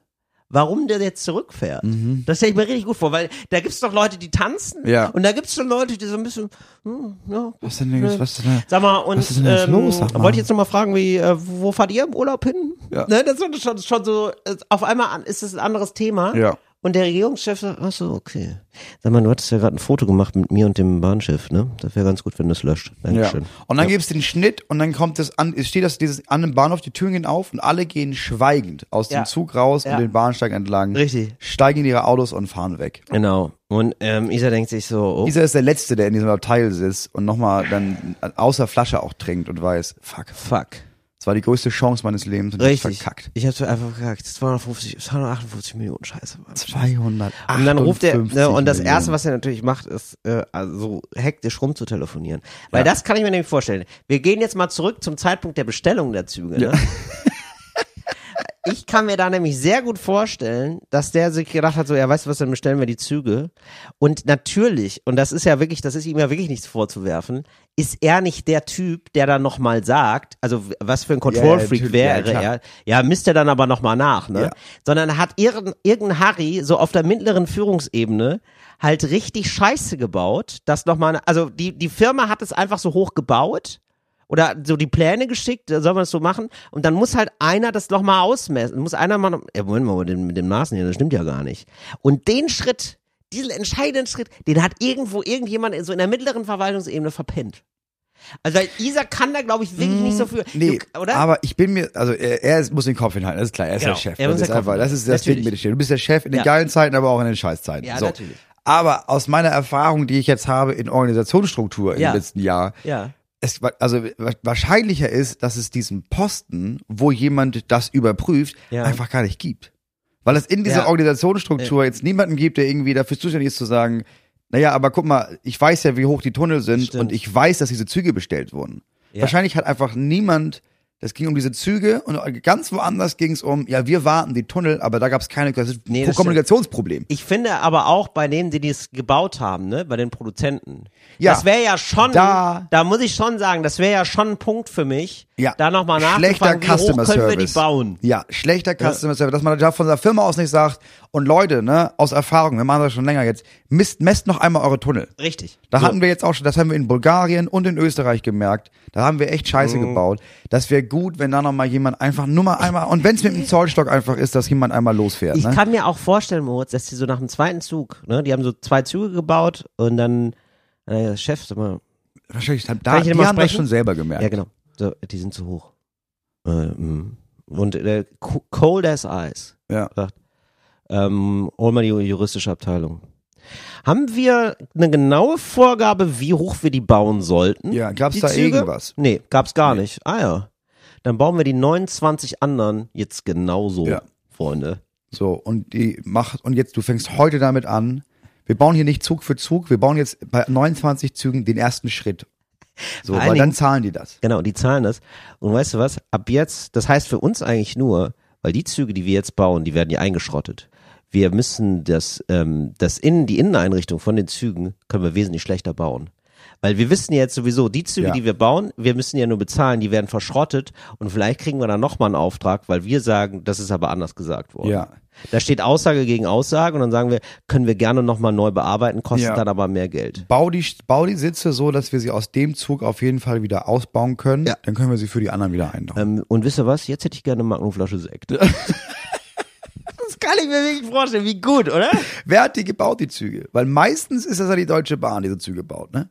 Speaker 1: warum der jetzt zurückfährt. Das stelle ich mir richtig gut vor, weil da gibt's doch Leute, die tanzen
Speaker 2: Mhm. Ja.
Speaker 1: und da gibt's schon Leute, die so ein bisschen, hm, ja,
Speaker 2: Was denn denn, was denn da-
Speaker 1: Sag mal, und
Speaker 2: was ist denn jetzt
Speaker 1: ähm,
Speaker 2: los? Sag mal.
Speaker 1: wollte ich jetzt nochmal fragen, wie, äh, wo fahrt ihr im Urlaub hin?
Speaker 2: Ja.
Speaker 1: Ne, das ist schon, schon so, äh, auf einmal an- ist es ein anderes Thema.
Speaker 2: Ja.
Speaker 1: Und der Regierungschef sagt, ach so, okay. Sag mal, du hattest ja gerade ein Foto gemacht mit mir und dem Bahnschiff, ne? Das wäre ganz gut, wenn du es löscht.
Speaker 2: Ja.
Speaker 1: Dankeschön.
Speaker 2: Und dann gibt's den Schnitt und dann kommt das an, es steht das dieses an dem Bahnhof, die Türen gehen auf und alle gehen schweigend aus
Speaker 1: Ja.
Speaker 2: dem Zug raus
Speaker 1: Ja.
Speaker 2: und den Bahnsteig entlang.
Speaker 1: Richtig.
Speaker 2: Steigen in ihre Autos und fahren weg.
Speaker 1: Genau. Und ähm, Isa denkt sich so, oh,
Speaker 2: Dieser ist der Letzte, der in diesem Abteil sitzt und nochmal dann außer Flasche auch trinkt und weiß, fuck,
Speaker 1: fuck.
Speaker 2: das war die größte Chance meines Lebens und ich hab's
Speaker 1: Richtig.
Speaker 2: verkackt.
Speaker 1: Ich hab's einfach verkackt. 250, 258 Millionen Scheiße. Mann.
Speaker 2: 200.
Speaker 1: Und dann ruft er, ne, und das Erste, was er natürlich macht, ist äh, also so hektisch rumzutelefonieren. Weil das kann ich mir nämlich vorstellen. Wir gehen jetzt mal zurück zum Zeitpunkt der Bestellung der Züge. Ne? ich kann mir da nämlich sehr gut vorstellen, dass der sich gedacht hat, so, ja, weißt du was, dann bestellen wir die Züge. Und natürlich, und das ist ja wirklich, das ist ihm ja wirklich nichts vorzuwerfen, ist er nicht der Typ, der dann nochmal sagt, also w- was für ein Control-Freak
Speaker 2: natürlich, ja,
Speaker 1: wäre
Speaker 2: klar.
Speaker 1: er, ja, misst er dann aber nochmal nach, ne?
Speaker 2: Ja.
Speaker 1: Sondern hat irgendein, irgendein Harry so auf der mittleren Führungsebene halt richtig Scheiße gebaut, dass nochmal, also die, die Firma hat es einfach so hoch gebaut oder so die Pläne geschickt, da soll man es so machen und dann muss halt einer das nochmal ausmessen, muss einer mal, noch- ey, Moment mal, mit dem, mit dem Maßen hier, das stimmt ja gar nicht. Und den Schritt, diesen entscheidenden Schritt, den hat irgendwo irgendjemand in- so in der mittleren Verwaltungsebene verpennt. Also weil Isa kann da glaube ich wirklich nicht so viel,
Speaker 2: Hm, Nee,
Speaker 1: Du- oder?
Speaker 2: aber ich bin mir, also er, er ist- muss den Kopf hinhalten, das ist klar, er ist
Speaker 1: Genau,
Speaker 2: der Chef.
Speaker 1: er muss
Speaker 2: Das ist,
Speaker 1: den Kopf
Speaker 2: einfach, das ist das
Speaker 1: hinhalten.
Speaker 2: Ding mit dem Chef. Du bist der Chef in den
Speaker 1: Ja.
Speaker 2: geilen Zeiten, aber auch in den Scheißzeiten.
Speaker 1: Ja,
Speaker 2: so.
Speaker 1: natürlich.
Speaker 2: Aber aus meiner Erfahrung, die ich jetzt habe in Organisationsstruktur im
Speaker 1: Ja.
Speaker 2: letzten Jahr,
Speaker 1: ja.
Speaker 2: es, wa- also wa- wahrscheinlicher ist, dass es diesen Posten, wo jemand das überprüft,
Speaker 1: Ja.
Speaker 2: einfach gar nicht gibt. Weil es in dieser
Speaker 1: Ja.
Speaker 2: Organisationsstruktur jetzt niemanden gibt, der irgendwie dafür zuständig ist zu sagen, naja, aber guck mal, ich weiß ja, wie hoch die Tunnel sind
Speaker 1: Stimmt.
Speaker 2: und ich weiß, dass diese Züge bestellt wurden.
Speaker 1: Ja.
Speaker 2: Wahrscheinlich hat einfach niemand, das ging um diese Züge und ganz woanders ging es um, ja, wir warten die Tunnel, aber da gab es keine das ist
Speaker 1: Nee,
Speaker 2: ein
Speaker 1: das
Speaker 2: Kommunikationsproblem.
Speaker 1: Ich finde aber auch bei denen, die dies gebaut haben, ne, bei den Produzenten.
Speaker 2: Ja.
Speaker 1: Das wäre ja schon,
Speaker 2: Da-
Speaker 1: da, muss ich schon sagen, das wäre ja schon ein Punkt für mich,
Speaker 2: Ja.
Speaker 1: da nochmal
Speaker 2: Schlechter
Speaker 1: nachzufragen, wie hoch
Speaker 2: Customer
Speaker 1: können
Speaker 2: Service.
Speaker 1: wir die bauen?
Speaker 2: Ja, schlechter Customer Service, dass man da von der Firma aus nicht sagt. Und Leute, ne, aus Erfahrung, wir machen das schon länger jetzt, misst, messt noch einmal eure Tunnel.
Speaker 1: Richtig.
Speaker 2: Da
Speaker 1: So.
Speaker 2: hatten wir jetzt auch schon, das haben wir in Bulgarien und in Österreich gemerkt. Da haben wir echt Scheiße
Speaker 1: Mhm.
Speaker 2: gebaut. Das wäre gut, wenn da nochmal jemand einfach nur mal einmal, und wenn es mit dem Zollstock einfach ist, dass jemand einmal losfährt.
Speaker 1: Ich
Speaker 2: ne?
Speaker 1: kann mir auch vorstellen, Moritz, dass die so nach dem zweiten Zug, ne, die haben so zwei Züge gebaut und dann, äh, Chef, sag mal,
Speaker 2: Wahrscheinlich, da,
Speaker 1: Kann ich
Speaker 2: die
Speaker 1: denn
Speaker 2: haben
Speaker 1: mal
Speaker 2: das
Speaker 1: sprechen?
Speaker 2: schon selber gemerkt.
Speaker 1: ja genau, so, die sind zu hoch. Äh, mm. und äh, co- cold as ice.
Speaker 2: Ja.
Speaker 1: sagt, ähm, hol mal die juristische Abteilung. Haben wir eine genaue Vorgabe, wie hoch wir die bauen sollten?
Speaker 2: Ja, gab's
Speaker 1: Die
Speaker 2: da
Speaker 1: Züge?
Speaker 2: irgendwas?
Speaker 1: Nee, gab's gar nicht. Ah ja. Dann bauen wir die 29 anderen jetzt genauso,
Speaker 2: Ja.
Speaker 1: Freunde.
Speaker 2: So, und die macht, und jetzt, du fängst heute damit an. Wir bauen hier nicht Zug für Zug, wir bauen jetzt bei 29 Zügen den ersten Schritt. So,
Speaker 1: Vor allen
Speaker 2: weil dann
Speaker 1: Dingen-
Speaker 2: zahlen die das.
Speaker 1: Genau, die zahlen das. Und weißt du was? Ab jetzt, das heißt für uns eigentlich nur, weil die Züge, die wir jetzt bauen, die werden ja eingeschrottet. Wir müssen das, ähm, das Innen, die Inneneinrichtung von den Zügen können wir wesentlich schlechter bauen. Weil wir wissen ja jetzt sowieso, die Züge,
Speaker 2: Ja.
Speaker 1: die wir bauen, wir müssen ja nur bezahlen, die werden verschrottet und vielleicht kriegen wir dann nochmal einen Auftrag, weil wir sagen, das ist aber anders gesagt worden.
Speaker 2: Ja.
Speaker 1: Da steht Aussage gegen Aussage und dann sagen wir, können wir gerne nochmal neu bearbeiten, kostet
Speaker 2: Ja.
Speaker 1: dann aber mehr Geld.
Speaker 2: Bau die, bau die Sitze so, dass wir sie aus dem Zug auf jeden Fall wieder ausbauen können.
Speaker 1: Ja.
Speaker 2: Dann können wir sie für die anderen wieder einbauen.
Speaker 1: Ähm, und wisst ihr was? Jetzt hätte ich gerne eine Magnumflasche Sekt. <laughs> das kann ich mir wirklich vorstellen. Wie gut, oder?
Speaker 2: Wer hat die gebaut, die Züge? Weil meistens ist das ja die Deutsche Bahn, die diese Züge baut, ne?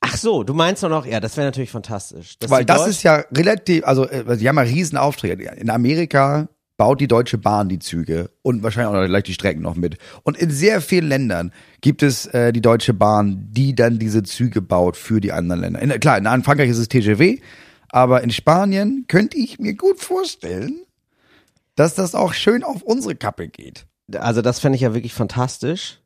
Speaker 1: Ach so, du meinst doch noch, ja, das wäre natürlich fantastisch. Dass
Speaker 2: Weil
Speaker 1: die
Speaker 2: das
Speaker 1: Deutschen-
Speaker 2: ist ja relativ, also äh, die haben ja riesen Aufträge. In Amerika baut die Deutsche Bahn die Züge und wahrscheinlich auch gleich die Strecken noch mit. Und in sehr vielen Ländern gibt es äh, die Deutsche Bahn, die dann diese Züge baut für die anderen Länder. In, klar, in, in Frankreich ist es TGV, aber in Spanien könnte ich mir gut vorstellen, dass das auch schön auf unsere Kappe geht.
Speaker 1: also das fände ich ja wirklich fantastisch.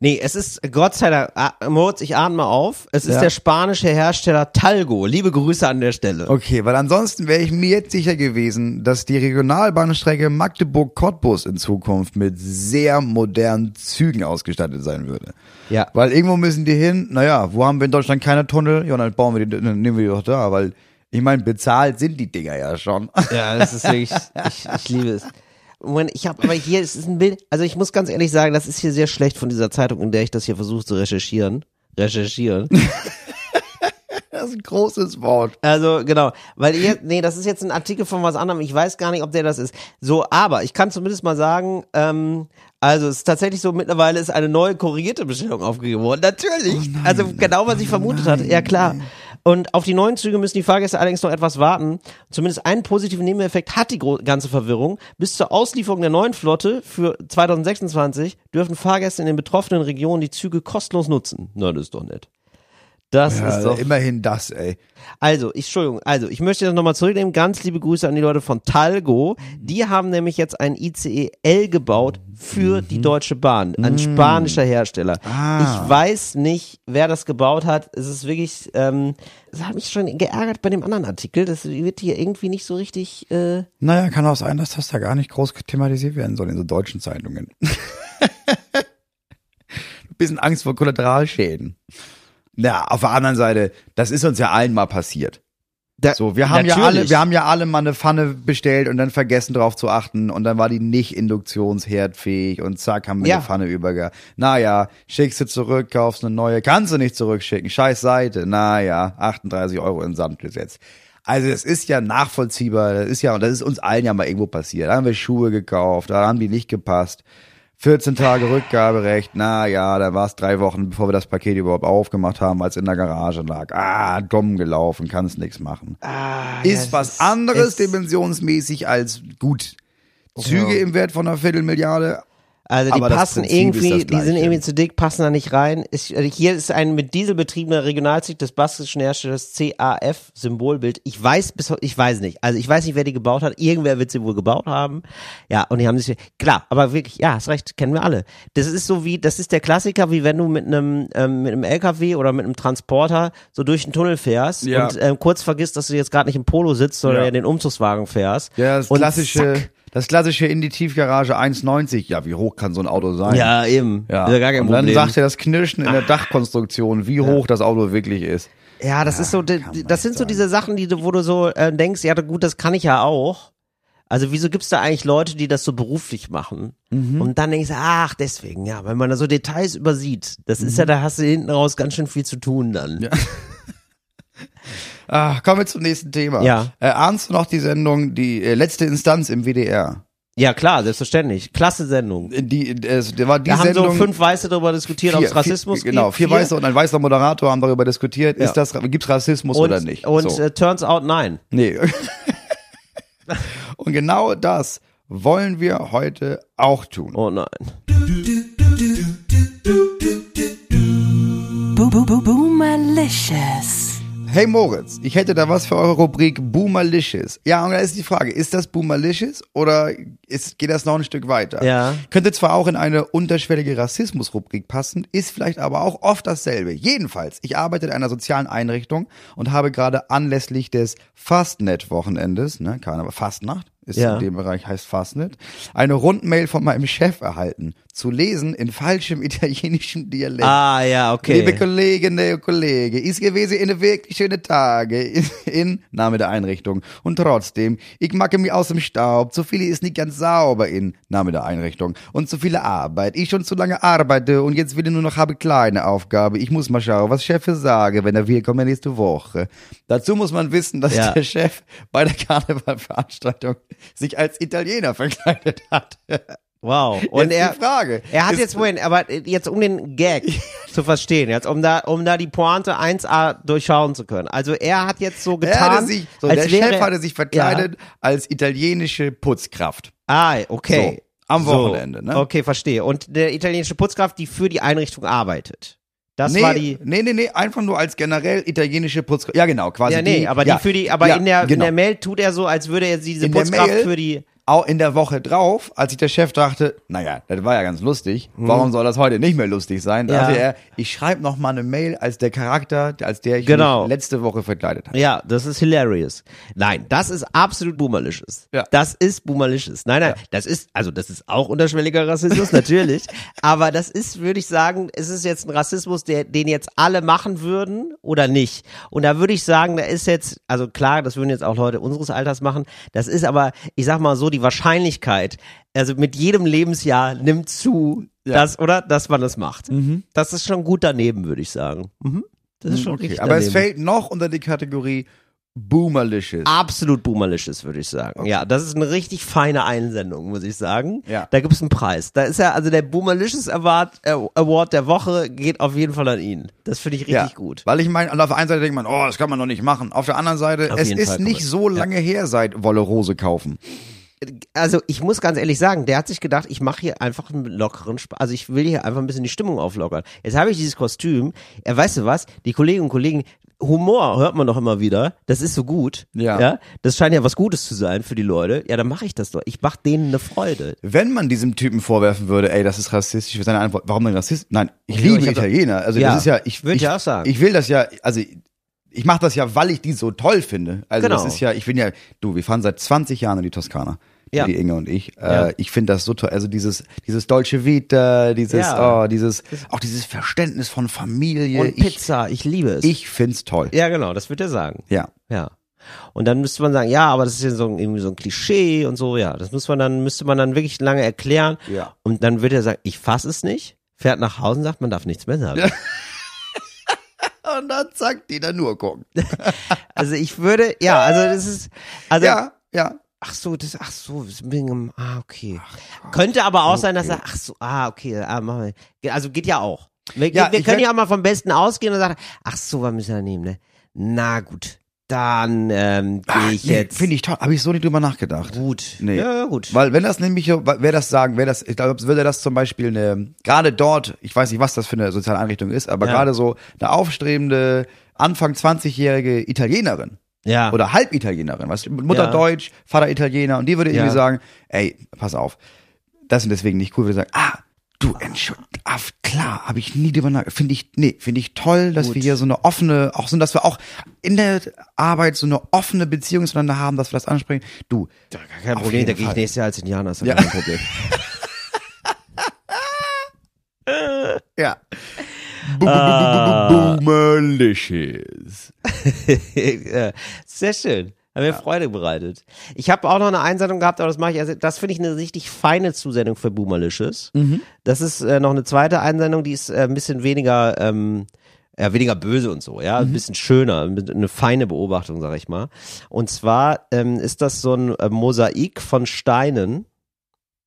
Speaker 1: Nee, es ist, Gott sei Dank, ah, Moritz, ich atme auf. Es ist
Speaker 2: Ja.
Speaker 1: der spanische Hersteller Talgo. Liebe Grüße an der Stelle.
Speaker 2: Okay, weil ansonsten wäre ich mir jetzt sicher gewesen, dass die Regionalbahnstrecke Magdeburg-Cottbus in Zukunft mit sehr modernen Zügen ausgestattet sein würde.
Speaker 1: Ja.
Speaker 2: Weil irgendwo müssen die hin, naja, wo haben wir in Deutschland keine Tunnel? Ja, dann bauen wir die, dann nehmen wir die doch da, weil ich meine, bezahlt sind die Dinger ja schon. <laughs>
Speaker 1: Ja, das ist wirklich, ich, ich liebe es. Moment, ich habe aber hier, es ist ein Bild, also ich muss ganz ehrlich sagen, das ist hier sehr schlecht von dieser Zeitung, in der ich das hier versuche zu recherchieren. Recherchieren.
Speaker 2: Das ist ein großes Wort.
Speaker 1: Also genau, weil ihr, nee, das ist jetzt ein Artikel von was anderem. Ich weiß gar nicht, ob der das ist. So, aber ich kann zumindest mal sagen, ähm, also es ist tatsächlich so, mittlerweile ist eine neue korrigierte Bestellung aufgegeben worden. Natürlich, also genau, was ich vermutet hatte. Ja klar. Und auf die neuen Züge müssen die Fahrgäste allerdings noch etwas warten. Zumindest einen positiven Nebeneffekt hat die gro- ganze Verwirrung. Bis zur Auslieferung der neuen Flotte für 2026 dürfen Fahrgäste in den betroffenen Regionen die Züge kostenlos nutzen. Na, das ist doch nett. Das
Speaker 2: Ja,
Speaker 1: ist doch
Speaker 2: Äh, immerhin das, ey.
Speaker 1: also, ich, Entschuldigung, also ich möchte das nochmal zurücknehmen. Ganz liebe Grüße an die Leute von Talgo.
Speaker 2: Mhm.
Speaker 1: Die haben nämlich jetzt ein ICE-L gebaut für die Deutsche Bahn. Ein spanischer Hersteller.
Speaker 2: Mhm. Ah.
Speaker 1: Ich weiß nicht, wer das gebaut hat. Es ist wirklich, ähm, das hat mich schon geärgert bei dem anderen Artikel. Das wird hier irgendwie nicht so richtig, äh,
Speaker 2: Naja, kann auch sein, dass das da gar nicht groß thematisiert werden soll in so deutschen Zeitungen. <laughs> Bisschen Angst vor Kollateralschäden. Na, auf der anderen Seite, das ist uns ja allen mal passiert.
Speaker 1: da-
Speaker 2: So, wir haben ja
Speaker 1: Natürlich.
Speaker 2: alle, wir haben ja alle mal eine Pfanne bestellt und dann vergessen drauf zu achten und dann war die nicht induktionsherdfähig und zack haben wir
Speaker 1: Ja.
Speaker 2: die Pfanne überge. Naja, schickst du zurück, kaufst eine neue, kannst du nicht zurückschicken, scheiß Seite, naja, 38 Euro in Samt gesetzt. Also es ist ja nachvollziehbar, das ist ja, und das ist uns allen ja mal irgendwo passiert. Da haben wir Schuhe gekauft, da haben die nicht gepasst. 14 Tage Rückgaberecht, naja, da war es drei Wochen, bevor wir das Paket überhaupt aufgemacht haben, als in der Garage lag. Ah, dumm gelaufen, kannst nichts machen ist was anderes
Speaker 1: ist-
Speaker 2: dimensionsmäßig als gut. Züge im Wert von einer Viertelmilliarde.
Speaker 1: Also die
Speaker 2: Aber das
Speaker 1: passen
Speaker 2: Prinzip ist
Speaker 1: irgendwie,
Speaker 2: das
Speaker 1: die sind
Speaker 2: Gleiche.
Speaker 1: irgendwie zu dick, passen da nicht rein. Ich, äh, hier ist ein mit Diesel betriebener Regionalzug des baskischen Herstellers CAF Symbolbild. Ich weiß bis heute, ich weiß nicht. Also ich weiß nicht, wer die gebaut hat. Irgendwer wird sie wohl gebaut haben. Ja, und die haben sich klar, aber wirklich, ja, hast recht, kennen wir alle. Das ist so wie, das ist der Klassiker, wie wenn du mit einem ähm, mit einem LKW oder mit einem Transporter so durch den Tunnel fährst
Speaker 2: Ja.
Speaker 1: und ähm, kurz vergisst, dass du jetzt gerade nicht im Polo sitzt, sondern
Speaker 2: Ja.
Speaker 1: in den Umzugswagen fährst.
Speaker 2: Ja, das
Speaker 1: Und
Speaker 2: klassische,
Speaker 1: zack.
Speaker 2: das klassische in die Tiefgarage 1,90. Ja, wie hoch kann so ein Auto sein?
Speaker 1: Ja, eben.
Speaker 2: Ja.
Speaker 1: Ist ja gar kein
Speaker 2: Und dann
Speaker 1: Problem.
Speaker 2: sagt er das Knirschen in der Dachkonstruktion, wie hoch das Auto wirklich ist.
Speaker 1: Ja, das ist so, d-
Speaker 2: kann
Speaker 1: d-
Speaker 2: man
Speaker 1: das
Speaker 2: nicht
Speaker 1: sind so
Speaker 2: sagen.
Speaker 1: diese Sachen, die du, wo du so äh, denkst, ja gut, das kann ich ja auch. Also wieso gibt's da eigentlich Leute, die das so beruflich machen?
Speaker 2: Mhm.
Speaker 1: Und dann denkst du, ach, deswegen, ja, wenn man da so Details übersieht, das ist
Speaker 2: Mhm.
Speaker 1: ja, da hast du hinten raus ganz schön viel zu tun dann. Ja.
Speaker 2: Ah, kommen wir zum nächsten Thema.
Speaker 1: Ja.
Speaker 2: Äh, ahnst du noch die Sendung, die äh, letzte Instanz im WDR?
Speaker 1: klar, selbstverständlich. Klasse Sendung.
Speaker 2: Die, äh, es war die
Speaker 1: Da haben
Speaker 2: Sendung.
Speaker 1: so fünf Weiße darüber diskutiert, ob es Rassismus
Speaker 2: vier, Genau,
Speaker 1: gibt.
Speaker 2: vier, Weiße und ein weißer Moderator haben darüber diskutiert,
Speaker 1: Ja.
Speaker 2: ist das, gibt's Rassismus
Speaker 1: und,
Speaker 2: oder nicht?
Speaker 1: Und
Speaker 2: So.
Speaker 1: äh, turns out nein.
Speaker 2: Nee. <laughs> Und genau das wollen wir heute auch tun.
Speaker 1: Oh nein.
Speaker 3: Bu- bu- bu- Boomalicious.
Speaker 2: Hey Moritz, ich hätte da was für eure Rubrik Boomalicious. Ja, und da ist die Frage, ist das Boomalicious oder ist, geht das noch ein Stück weiter?
Speaker 1: Ja.
Speaker 2: Könnte zwar auch in eine unterschwellige Rassismus-Rubrik passen, ist vielleicht aber auch oft dasselbe. Jedenfalls, ich arbeite in einer sozialen Einrichtung und habe gerade anlässlich des Fastnet-Wochenendes, ne, Karneval, Fastnacht, ist
Speaker 1: Ja.
Speaker 2: in dem Bereich heißt Fastnet, eine Rundmail von meinem Chef erhalten. Zu lesen in falschem <laughs> italienischen Dialekt.
Speaker 1: Ah ja, okay.
Speaker 2: Liebe Kolleginnen und Kollegen, ich gewesen in wirklich schöne Tage in, in Name der Einrichtung. Und trotzdem, ich macke mich aus dem Staub. Zu viele ist nicht ganz sauber in Name der Einrichtung. Und zu viele Arbeit. Ich schon zu lange arbeite und jetzt will ich nur noch habe kleine Aufgabe. Ich muss mal schauen, was Chef sage, wenn er will, kommt er nächste Woche. Dazu muss man wissen, dass
Speaker 1: Ja.
Speaker 2: der Chef bei der Karnevalveranstaltung sich als Italiener verkleidet hat.
Speaker 1: Wow. Und
Speaker 2: Jetzt
Speaker 1: er,
Speaker 2: die Frage.
Speaker 1: Er hat
Speaker 2: Ist-
Speaker 1: jetzt Moment, aber jetzt um den
Speaker 2: <laughs>
Speaker 1: Gag zu verstehen, jetzt um da, um da die Pointe 1a durchschauen zu können. Also er hat jetzt so
Speaker 2: Er
Speaker 1: getan,
Speaker 2: hatte sich, so,
Speaker 1: als
Speaker 2: der
Speaker 1: wäre,
Speaker 2: Chef hatte sich verkleidet als italienische Putzkraft.
Speaker 1: Ah, okay.
Speaker 2: So, am
Speaker 1: So.
Speaker 2: Wochenende, ne?
Speaker 1: Okay, verstehe. Und der italienische Putzkraft, die für die Einrichtung arbeitet. Das
Speaker 2: nee,
Speaker 1: war die.
Speaker 2: nee, nee, nee, einfach nur als generell italienische Putzkraft. Ja, genau, quasi.
Speaker 1: Ja, nee,
Speaker 2: die,
Speaker 1: aber
Speaker 2: ja,
Speaker 1: die für die, aber
Speaker 2: ja,
Speaker 1: in, der, in
Speaker 2: genau.
Speaker 1: der Mail tut er so, als würde er diese
Speaker 2: In der
Speaker 1: Putzkraft
Speaker 2: Mail-
Speaker 1: für die.
Speaker 2: Auch in der Woche drauf, als sich der Chef dachte, naja, das war ja ganz lustig, warum soll das heute nicht mehr lustig sein,
Speaker 1: Mhm. Ja.
Speaker 2: dachte er, ich schreibe noch mal eine Mail als der Charakter, als der ich
Speaker 1: Genau.
Speaker 2: mich letzte Woche verkleidet habe.
Speaker 1: Ja, das ist hilarious. Nein, das ist absolut boomerliches.
Speaker 2: Ja.
Speaker 1: Das ist boomerliches. Nein, nein, das ist, also das ist auch unterschwelliger Rassismus, <laughs> natürlich. aber das ist, würde ich sagen, es ist jetzt ein Rassismus, der, den jetzt alle machen würden oder nicht. Und da würde ich sagen, da ist jetzt, also klar, das würden jetzt auch Leute unseres Alters machen. Das ist aber, ich sag mal so, die Wahrscheinlichkeit, also mit jedem Lebensjahr nimmt zu,
Speaker 2: Ja.
Speaker 1: dass, oder, dass man das macht.
Speaker 2: Mhm.
Speaker 1: Das ist schon gut daneben, würde ich sagen. Mhm. Das ist schon
Speaker 2: Okay,
Speaker 1: richtig
Speaker 2: aber es
Speaker 1: daneben.
Speaker 2: fällt noch unter die Kategorie Boomerlicious.
Speaker 1: absolut boomerisches, würde ich sagen. Ja, das ist eine richtig feine Einsendung, muss ich sagen.
Speaker 2: Ja.
Speaker 1: Da gibt's einen Preis. Da ist ja, also der boomerisches Award, äh, Award der Woche geht auf jeden Fall an ihn. Das finde ich richtig gut.
Speaker 2: Weil ich meine, und auf der einen Seite denkt man, oh, das kann man noch nicht machen. Auf der anderen Seite,
Speaker 1: Auf
Speaker 2: es
Speaker 1: jeden
Speaker 2: ist
Speaker 1: Fall,
Speaker 2: nicht
Speaker 1: Kumpel.
Speaker 2: so lange her, seit Wolle Rose kaufen.
Speaker 1: Also ich muss ganz ehrlich sagen, der hat sich gedacht, ich mache hier einfach einen lockeren Spaß. Also ich will hier einfach ein bisschen die Stimmung auflockern. Jetzt habe ich dieses Kostüm. Ja, weißt du was? Die Kolleginnen und Kollegen, Humor hört man doch immer wieder. Das ist so gut.
Speaker 2: Ja.
Speaker 1: ja? Das scheint ja was Gutes zu sein für die Leute. Ja, dann mache ich das doch. Ich mache denen eine Freude.
Speaker 2: Wenn man diesem Typen vorwerfen würde, ey, das ist rassistisch, wäre seine Antwort, warum denn rassistisch? Nein, ich
Speaker 1: Ja,
Speaker 2: liebe
Speaker 1: ich hab doch-
Speaker 2: Italiener. Also
Speaker 1: Ja,
Speaker 2: das ist ja, ich
Speaker 1: würd
Speaker 2: ich,
Speaker 1: ja auch sagen.
Speaker 2: Ich will das ja, also ich mache das ja, weil ich die so toll finde. Also das
Speaker 1: Genau.
Speaker 2: ist ja, ich bin ja, du, wir fahren seit 20 Jahren in die Toskana.
Speaker 1: Ja.
Speaker 2: Die Inge und ich.
Speaker 1: Ja.
Speaker 2: Äh, ich finde das so toll. Also dieses, dieses Dolce Vita, dieses,
Speaker 1: Ja.
Speaker 2: oh, dieses, auch dieses Verständnis von Familie.
Speaker 1: Und
Speaker 2: ich,
Speaker 1: Pizza, ich liebe es.
Speaker 2: ich find's toll.
Speaker 1: Ja, genau, das wird er sagen.
Speaker 2: ja.
Speaker 1: Ja. Und dann müsste man sagen, ja, aber das ist ja so ein, irgendwie so ein Klischee und so, ja. Das muss man dann, müsste man dann wirklich lange erklären.
Speaker 2: Ja.
Speaker 1: Und dann wird er sagen, ich fass es nicht, fährt nach Hause und sagt, man darf nichts mehr sagen.
Speaker 2: Und dann zack, die da nur gucken.
Speaker 1: Also ich würde, ja, also das ist, also,
Speaker 2: ja, ja.
Speaker 1: ach so, das, ach so, das bin ich- ah, okay. Könnte aber auch sein, dass er, ach so, ah, okay, ah, machen wir. Also geht ja auch. Wir,
Speaker 2: Ja,
Speaker 1: wir
Speaker 2: ich
Speaker 1: können
Speaker 2: werd-
Speaker 1: ja auch mal vom Besten ausgehen und sagen, ach so, was müssen wir nehmen, ne? Na gut, dann ähm, gehe ich jetzt.
Speaker 2: Finde ich toll. Habe ich so nicht drüber nachgedacht.
Speaker 1: Gut.
Speaker 2: Nee.
Speaker 1: Ja, ja, gut.
Speaker 2: Weil wenn das nämlich, so- wer das sagen, wer das, ich glaube, würde das zum Beispiel eine, gerade dort, ich weiß nicht, was das für eine soziale Einrichtung ist, aber
Speaker 1: Ja.
Speaker 2: gerade so eine aufstrebende, Anfang 20-jährige Italienerin
Speaker 1: ja.
Speaker 2: oder Halbitalienerin, weißt du, Mutter
Speaker 1: Ah. Ja.
Speaker 2: Deutsch, Vater Italiener und die würde irgendwie
Speaker 1: Ja.
Speaker 2: sagen, ey, pass auf, das und deswegen nicht cool, würde sagen, ah, du entschuldigt, ah, klar, habe ich nie drüber nachgedacht, finde ich, nee, finde ich toll, dass
Speaker 1: Gut.
Speaker 2: wir hier so eine offene, auch so, dass wir auch in der Arbeit so eine offene Beziehung zueinander haben, dass wir das ansprechen, du,
Speaker 1: Gar kein
Speaker 2: Auf
Speaker 1: Problem,
Speaker 2: jeden
Speaker 1: da gehe ich
Speaker 2: Fall.
Speaker 1: nächstes Jahr als Indianer, ist ja
Speaker 2: Ja.
Speaker 1: kein Problem. <laughs>
Speaker 2: Ja.
Speaker 1: Ah.
Speaker 2: Boomerlicious.
Speaker 1: Äh, Sehr schön. Hat mir Freude bereitet. Ich habe auch noch eine Einsendung gehabt, aber das mache ich. Also, das finde ich eine richtig feine Zusendung für Boomerlicious.
Speaker 2: Mhm.
Speaker 1: Das ist äh, noch eine zweite Einsendung, die ist äh, ein bisschen weniger, ähm, ja, weniger böse und so, ja.
Speaker 2: Mhm.
Speaker 1: Ein bisschen schöner, mit- eine feine Beobachtung, sage ich mal. Und zwar ähm, ist das so ein äh, Mosaik von Steinen.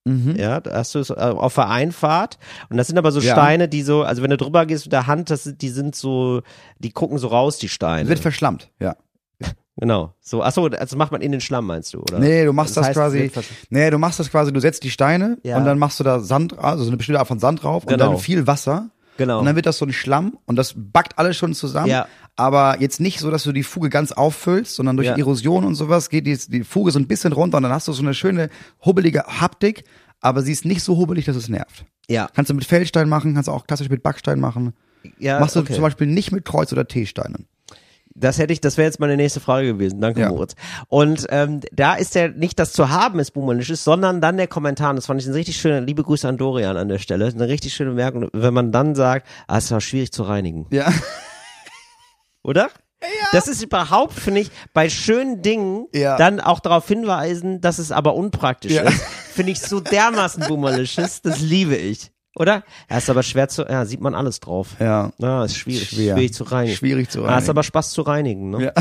Speaker 2: Mhm.
Speaker 1: Ja, da hast du es äh, auf der Einfahrt. Und das sind aber so
Speaker 2: Ja.
Speaker 1: Steine, die so, also wenn du drüber gehst mit der Hand, das, sind- die sind so, die gucken so raus, die Steine.
Speaker 2: Wird verschlammt, ja.
Speaker 1: Genau. So, achso, also macht man in den Schlamm, meinst du, oder?
Speaker 2: Nee, du machst das,
Speaker 1: heißt,
Speaker 2: quasi.
Speaker 1: wird versch-
Speaker 2: Nee, du machst das quasi, du setzt die Steine
Speaker 1: Ja.
Speaker 2: und dann machst du da Sand, also so eine bestimmte Art von Sand drauf
Speaker 1: Genau.
Speaker 2: und dann viel Wasser.
Speaker 1: Genau.
Speaker 2: Und dann wird das so ein Schlamm und das backt alles schon zusammen.
Speaker 1: Ja.
Speaker 2: Aber jetzt nicht so, dass du die Fuge ganz auffüllst, sondern durch
Speaker 1: Ja.
Speaker 2: Erosion und sowas geht die, die Fuge so ein bisschen runter und dann hast du so eine schöne, hubbelige Haptik, aber sie ist nicht so hubbelig, dass es nervt.
Speaker 1: ja,
Speaker 2: Kannst du mit Feldstein machen, kannst du auch klassisch mit Backstein machen.
Speaker 1: ja.
Speaker 2: Machst du
Speaker 1: Äh, okay.
Speaker 2: zum Beispiel nicht mit Kreuz- oder T-Steinen.
Speaker 1: Das hätte ich, das wäre jetzt meine nächste Frage gewesen. Danke,
Speaker 2: Ja.
Speaker 1: Moritz. Und ähm, da ist ja nicht das zu haben ist Boomerlisches, sondern dann der Kommentar. Und Das fand ich eine richtig schöne, liebe Grüße an Dorian an der Stelle. Eine richtig schöne Bemerkung, wenn man dann sagt, ah, es war schwierig zu reinigen.
Speaker 2: Ja.
Speaker 1: Oder? Ja. Das ist überhaupt, finde ich, bei schönen Dingen
Speaker 2: Ja.
Speaker 1: dann auch darauf hinweisen, dass es aber unpraktisch
Speaker 2: Ja.
Speaker 1: ist. Finde ich so dermaßen boomerlisches, das liebe ich. Oder? Ja, ist aber schwer zu, ja, sieht man alles drauf. <laughs>
Speaker 2: Ja.
Speaker 1: Ja, ist schwierig,
Speaker 2: Schwer.
Speaker 1: schwierig zu reinigen.
Speaker 2: Schwierig zu
Speaker 1: Ah, ist
Speaker 2: reinigen.
Speaker 1: aber Spaß zu reinigen, ne?
Speaker 2: Ja.
Speaker 1: <laughs>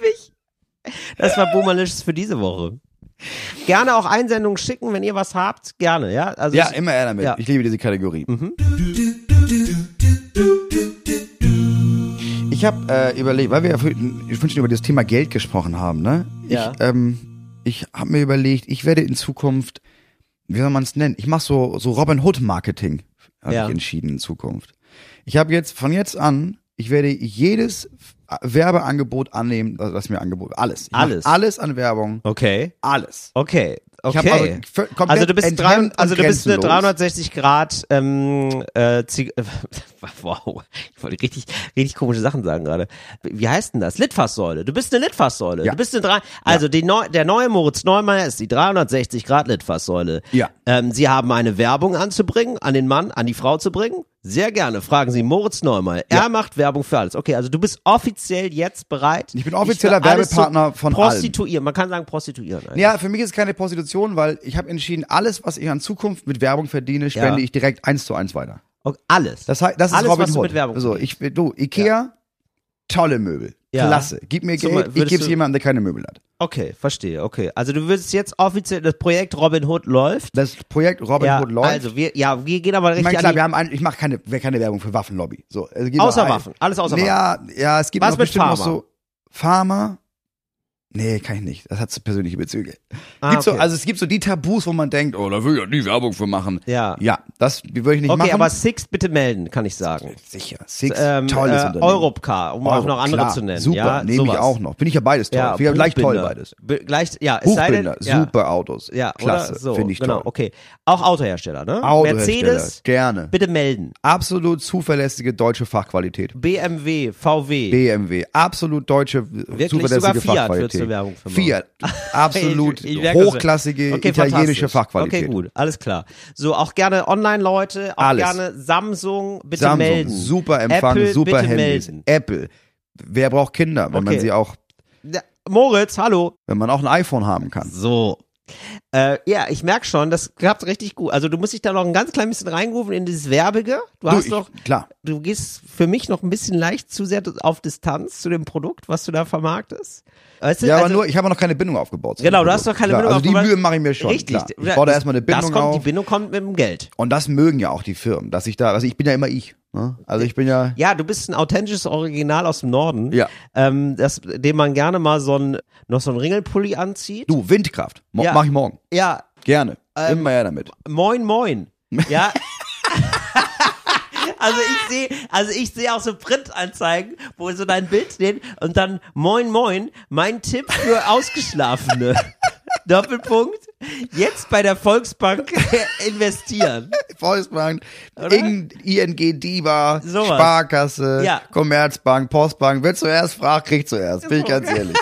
Speaker 1: Liebe ich. Das war Boomerlisches für diese Woche. Gerne auch Einsendungen schicken, wenn ihr was habt. Gerne, ja? Also
Speaker 2: Ja,
Speaker 1: ich-
Speaker 2: immer eher damit.
Speaker 1: Ja. Mhm.
Speaker 2: Ich liebe diese Kategorie. Ich habe äh, überlegt, weil wir ja vorhin vorhin schon über das Thema Geld gesprochen haben, ne?
Speaker 1: Ja.
Speaker 2: Ich, ähm, ich habe mir überlegt, ich werde in Zukunft, wie soll man es nennen? Ich mache so, so Robin Hood Marketing, habe
Speaker 1: Ja.
Speaker 2: ich entschieden in Zukunft. Ich habe jetzt, von jetzt an, ich werde jedes Werbeangebot annehmen, was was mir Angebot, alles. Ich mach
Speaker 1: Alles.
Speaker 2: Alles an Werbung,
Speaker 1: Okay,
Speaker 2: alles.
Speaker 1: okay,
Speaker 2: Ich hab
Speaker 1: okay.
Speaker 2: also vö- komplett
Speaker 1: Also du bist,
Speaker 2: enthemmt
Speaker 1: drei,
Speaker 2: und
Speaker 1: also du bist eine
Speaker 2: grenzenlos.
Speaker 1: 360 Grad ähm, äh, Zig <laughs> Wow, ich wollte richtig, richtig komische Sachen sagen gerade. Wie heißt denn das? Litfaßsäule. Du bist eine Litfaßsäule.
Speaker 2: Ja.
Speaker 1: Du bist eine drei. Also die neu, der neue Moritz Neumeier ist die 360 Grad Litfaßsäule.
Speaker 2: Ja.
Speaker 1: Ähm, sie haben eine Werbung anzubringen, an den Mann, an die Frau zu bringen. Sehr gerne. Fragen Sie Moritz Neumann. Er macht Werbung für alles. Okay, also du bist offiziell jetzt bereit.
Speaker 2: Ich bin offizieller
Speaker 1: will alles
Speaker 2: Werbepartner
Speaker 1: zu
Speaker 2: von allem.
Speaker 1: Prostituieren. Man kann sagen Prostituieren. Also eigentlich.
Speaker 2: Ja, für mich ist es keine Prostitution, weil ich habe entschieden, alles, was ich an Zukunft mit Werbung verdiene, spende
Speaker 1: Ja.
Speaker 2: ich direkt eins zu eins weiter.
Speaker 1: Okay, alles.
Speaker 2: Das, heißt, das
Speaker 1: alles,
Speaker 2: ist Robin
Speaker 1: was du
Speaker 2: Hood.
Speaker 1: mit Werbung.
Speaker 2: So, ich, du, Ikea, tolle Möbel.
Speaker 1: Ja.
Speaker 2: Klasse. Gib mir
Speaker 1: So,
Speaker 2: Geld, ich
Speaker 1: würdest
Speaker 2: gebe es
Speaker 1: du-
Speaker 2: jemandem, der keine Möbel hat.
Speaker 1: okay, verstehe. Okay, also du würdest jetzt offiziell das Projekt Robin Hood läuft.
Speaker 2: Das Projekt Robin
Speaker 1: ja,
Speaker 2: Hood läuft.
Speaker 1: Also wir, ja, wir gehen aber
Speaker 2: ich
Speaker 1: richtig
Speaker 2: meine,
Speaker 1: an
Speaker 2: klar,
Speaker 1: die-
Speaker 2: wir haben ein, ich mache keine, wer keine Werbung für Waffenlobby. So, also gehen wir
Speaker 1: Außer
Speaker 2: ein.
Speaker 1: Waffen. Alles außer Waffen.
Speaker 2: Ja, ja, es gibt
Speaker 1: Was
Speaker 2: noch
Speaker 1: mit
Speaker 2: bestimmt noch
Speaker 1: Pharma?
Speaker 2: so Pharma. Nee, kann ich nicht. Das hat so persönliche Bezüge.
Speaker 1: Ah,
Speaker 2: Gibt so,
Speaker 1: okay.
Speaker 2: also es gibt so die Tabus, wo man denkt, oh, da will ich ja nie Werbung für machen.
Speaker 1: Ja.
Speaker 2: Ja, das würde ich nicht
Speaker 1: okay,
Speaker 2: machen.
Speaker 1: aber Sixt bitte melden, kann ich sagen.
Speaker 2: sicher. Six,
Speaker 1: Ähm,
Speaker 2: tolles
Speaker 1: äh,
Speaker 2: Unternehmen.
Speaker 1: Europcar, um auch
Speaker 2: Euro,
Speaker 1: noch andere
Speaker 2: klar,
Speaker 1: zu nennen.
Speaker 2: Super,
Speaker 1: ja,
Speaker 2: nehme ich
Speaker 1: sowas.
Speaker 2: auch noch. Bin ich ja beides toll.
Speaker 1: Ja,
Speaker 2: Finde ich ja gleich toll
Speaker 1: Buchbinder.
Speaker 2: beides.
Speaker 1: Be gleich, ja, es sei denn,
Speaker 2: Buchbinder,
Speaker 1: ja.
Speaker 2: super Autos.
Speaker 1: Ja,
Speaker 2: Klasse,
Speaker 1: oder so.
Speaker 2: finde ich
Speaker 1: genau,
Speaker 2: toll.
Speaker 1: okay. Auch Autohersteller, ne?
Speaker 2: Autohersteller,
Speaker 1: Mercedes,
Speaker 2: gerne.
Speaker 1: bitte melden.
Speaker 2: Absolut zuverlässige deutsche Fachqualität.
Speaker 1: BMW, VW.
Speaker 2: BMW, absolut deutsche
Speaker 1: sogar
Speaker 2: zuverlässige
Speaker 1: Fiat würdest
Speaker 2: Fachqualität.
Speaker 1: du Werbung für machen. <laughs>
Speaker 2: Fiat, absolut
Speaker 1: Ich- ich merke das.
Speaker 2: hochklassige
Speaker 1: Okay,
Speaker 2: italienische
Speaker 1: fantastisch.
Speaker 2: Fachqualität.
Speaker 1: Okay, gut, alles klar. So, auch gerne Online-Leute, auch
Speaker 2: Alles.
Speaker 1: gerne Samsung, bitte
Speaker 2: Samsung,
Speaker 1: melden.
Speaker 2: super Empfang,
Speaker 1: Apple,
Speaker 2: super
Speaker 1: bitte
Speaker 2: Handys.
Speaker 1: melden.
Speaker 2: Apple, wer braucht Kinder, wenn
Speaker 1: Okay.
Speaker 2: man sie auch,
Speaker 1: Ja, Moritz, hallo.
Speaker 2: wenn man auch ein iPhone haben kann?
Speaker 1: So. Äh, ja, ich merke schon, das klappt richtig gut. Also du musst dich da noch ein ganz klein bisschen reinrufen in dieses Werbige. Du,
Speaker 2: Du,
Speaker 1: hast
Speaker 2: ich-
Speaker 1: noch,
Speaker 2: klar.
Speaker 1: du gehst für mich noch ein bisschen leicht zu sehr auf Distanz zu dem Produkt, was du da vermarktest. Weißt du,
Speaker 2: Ja, aber
Speaker 1: also-
Speaker 2: nur, ich habe noch keine Bindung aufgebaut. zu dem
Speaker 1: Genau, du
Speaker 2: Produkt.
Speaker 1: hast doch keine
Speaker 2: klar.
Speaker 1: Bindung
Speaker 2: Also
Speaker 1: aufgebaut.
Speaker 2: die Mühe mache ich mir schon.
Speaker 1: Richtig.
Speaker 2: Klar. Ich baue da erstmal eine
Speaker 1: das
Speaker 2: Bindung
Speaker 1: kommt,
Speaker 2: auf.
Speaker 1: Die Bindung kommt mit dem Geld.
Speaker 2: Und das mögen ja auch die Firmen, dass ich da, also ich bin ja immer ich. Ne? Also ich bin ja,
Speaker 1: Ja, du bist ein authentisches Original aus dem Norden,
Speaker 2: Ja.
Speaker 1: ähm, das, dem man gerne mal so ein, noch so ein Ringelpulli anzieht.
Speaker 2: du, Windkraft, Mo
Speaker 1: Ja. Ähm,
Speaker 2: mache ich morgen.
Speaker 1: Ja,
Speaker 2: Gerne. immer ja damit.
Speaker 1: moin,
Speaker 2: <laughs>
Speaker 1: moin. Ja. <laughs> Also ich sehe, also ich sehe auch so Printanzeigen, wo so dein Bild steht und dann Moin Moin, mein Tipp
Speaker 2: <laughs>
Speaker 1: für Ausgeschlafene. Doppelpunkt. Jetzt bei der Volksbank <laughs> investieren.
Speaker 2: Volksbank, ING, ING Diva,
Speaker 1: Sowas.
Speaker 2: Sparkasse,
Speaker 1: Ja.
Speaker 2: Commerzbank, Postbank. Wer zuerst fragt, kriegt zuerst. Bin ich ganz ehrlich.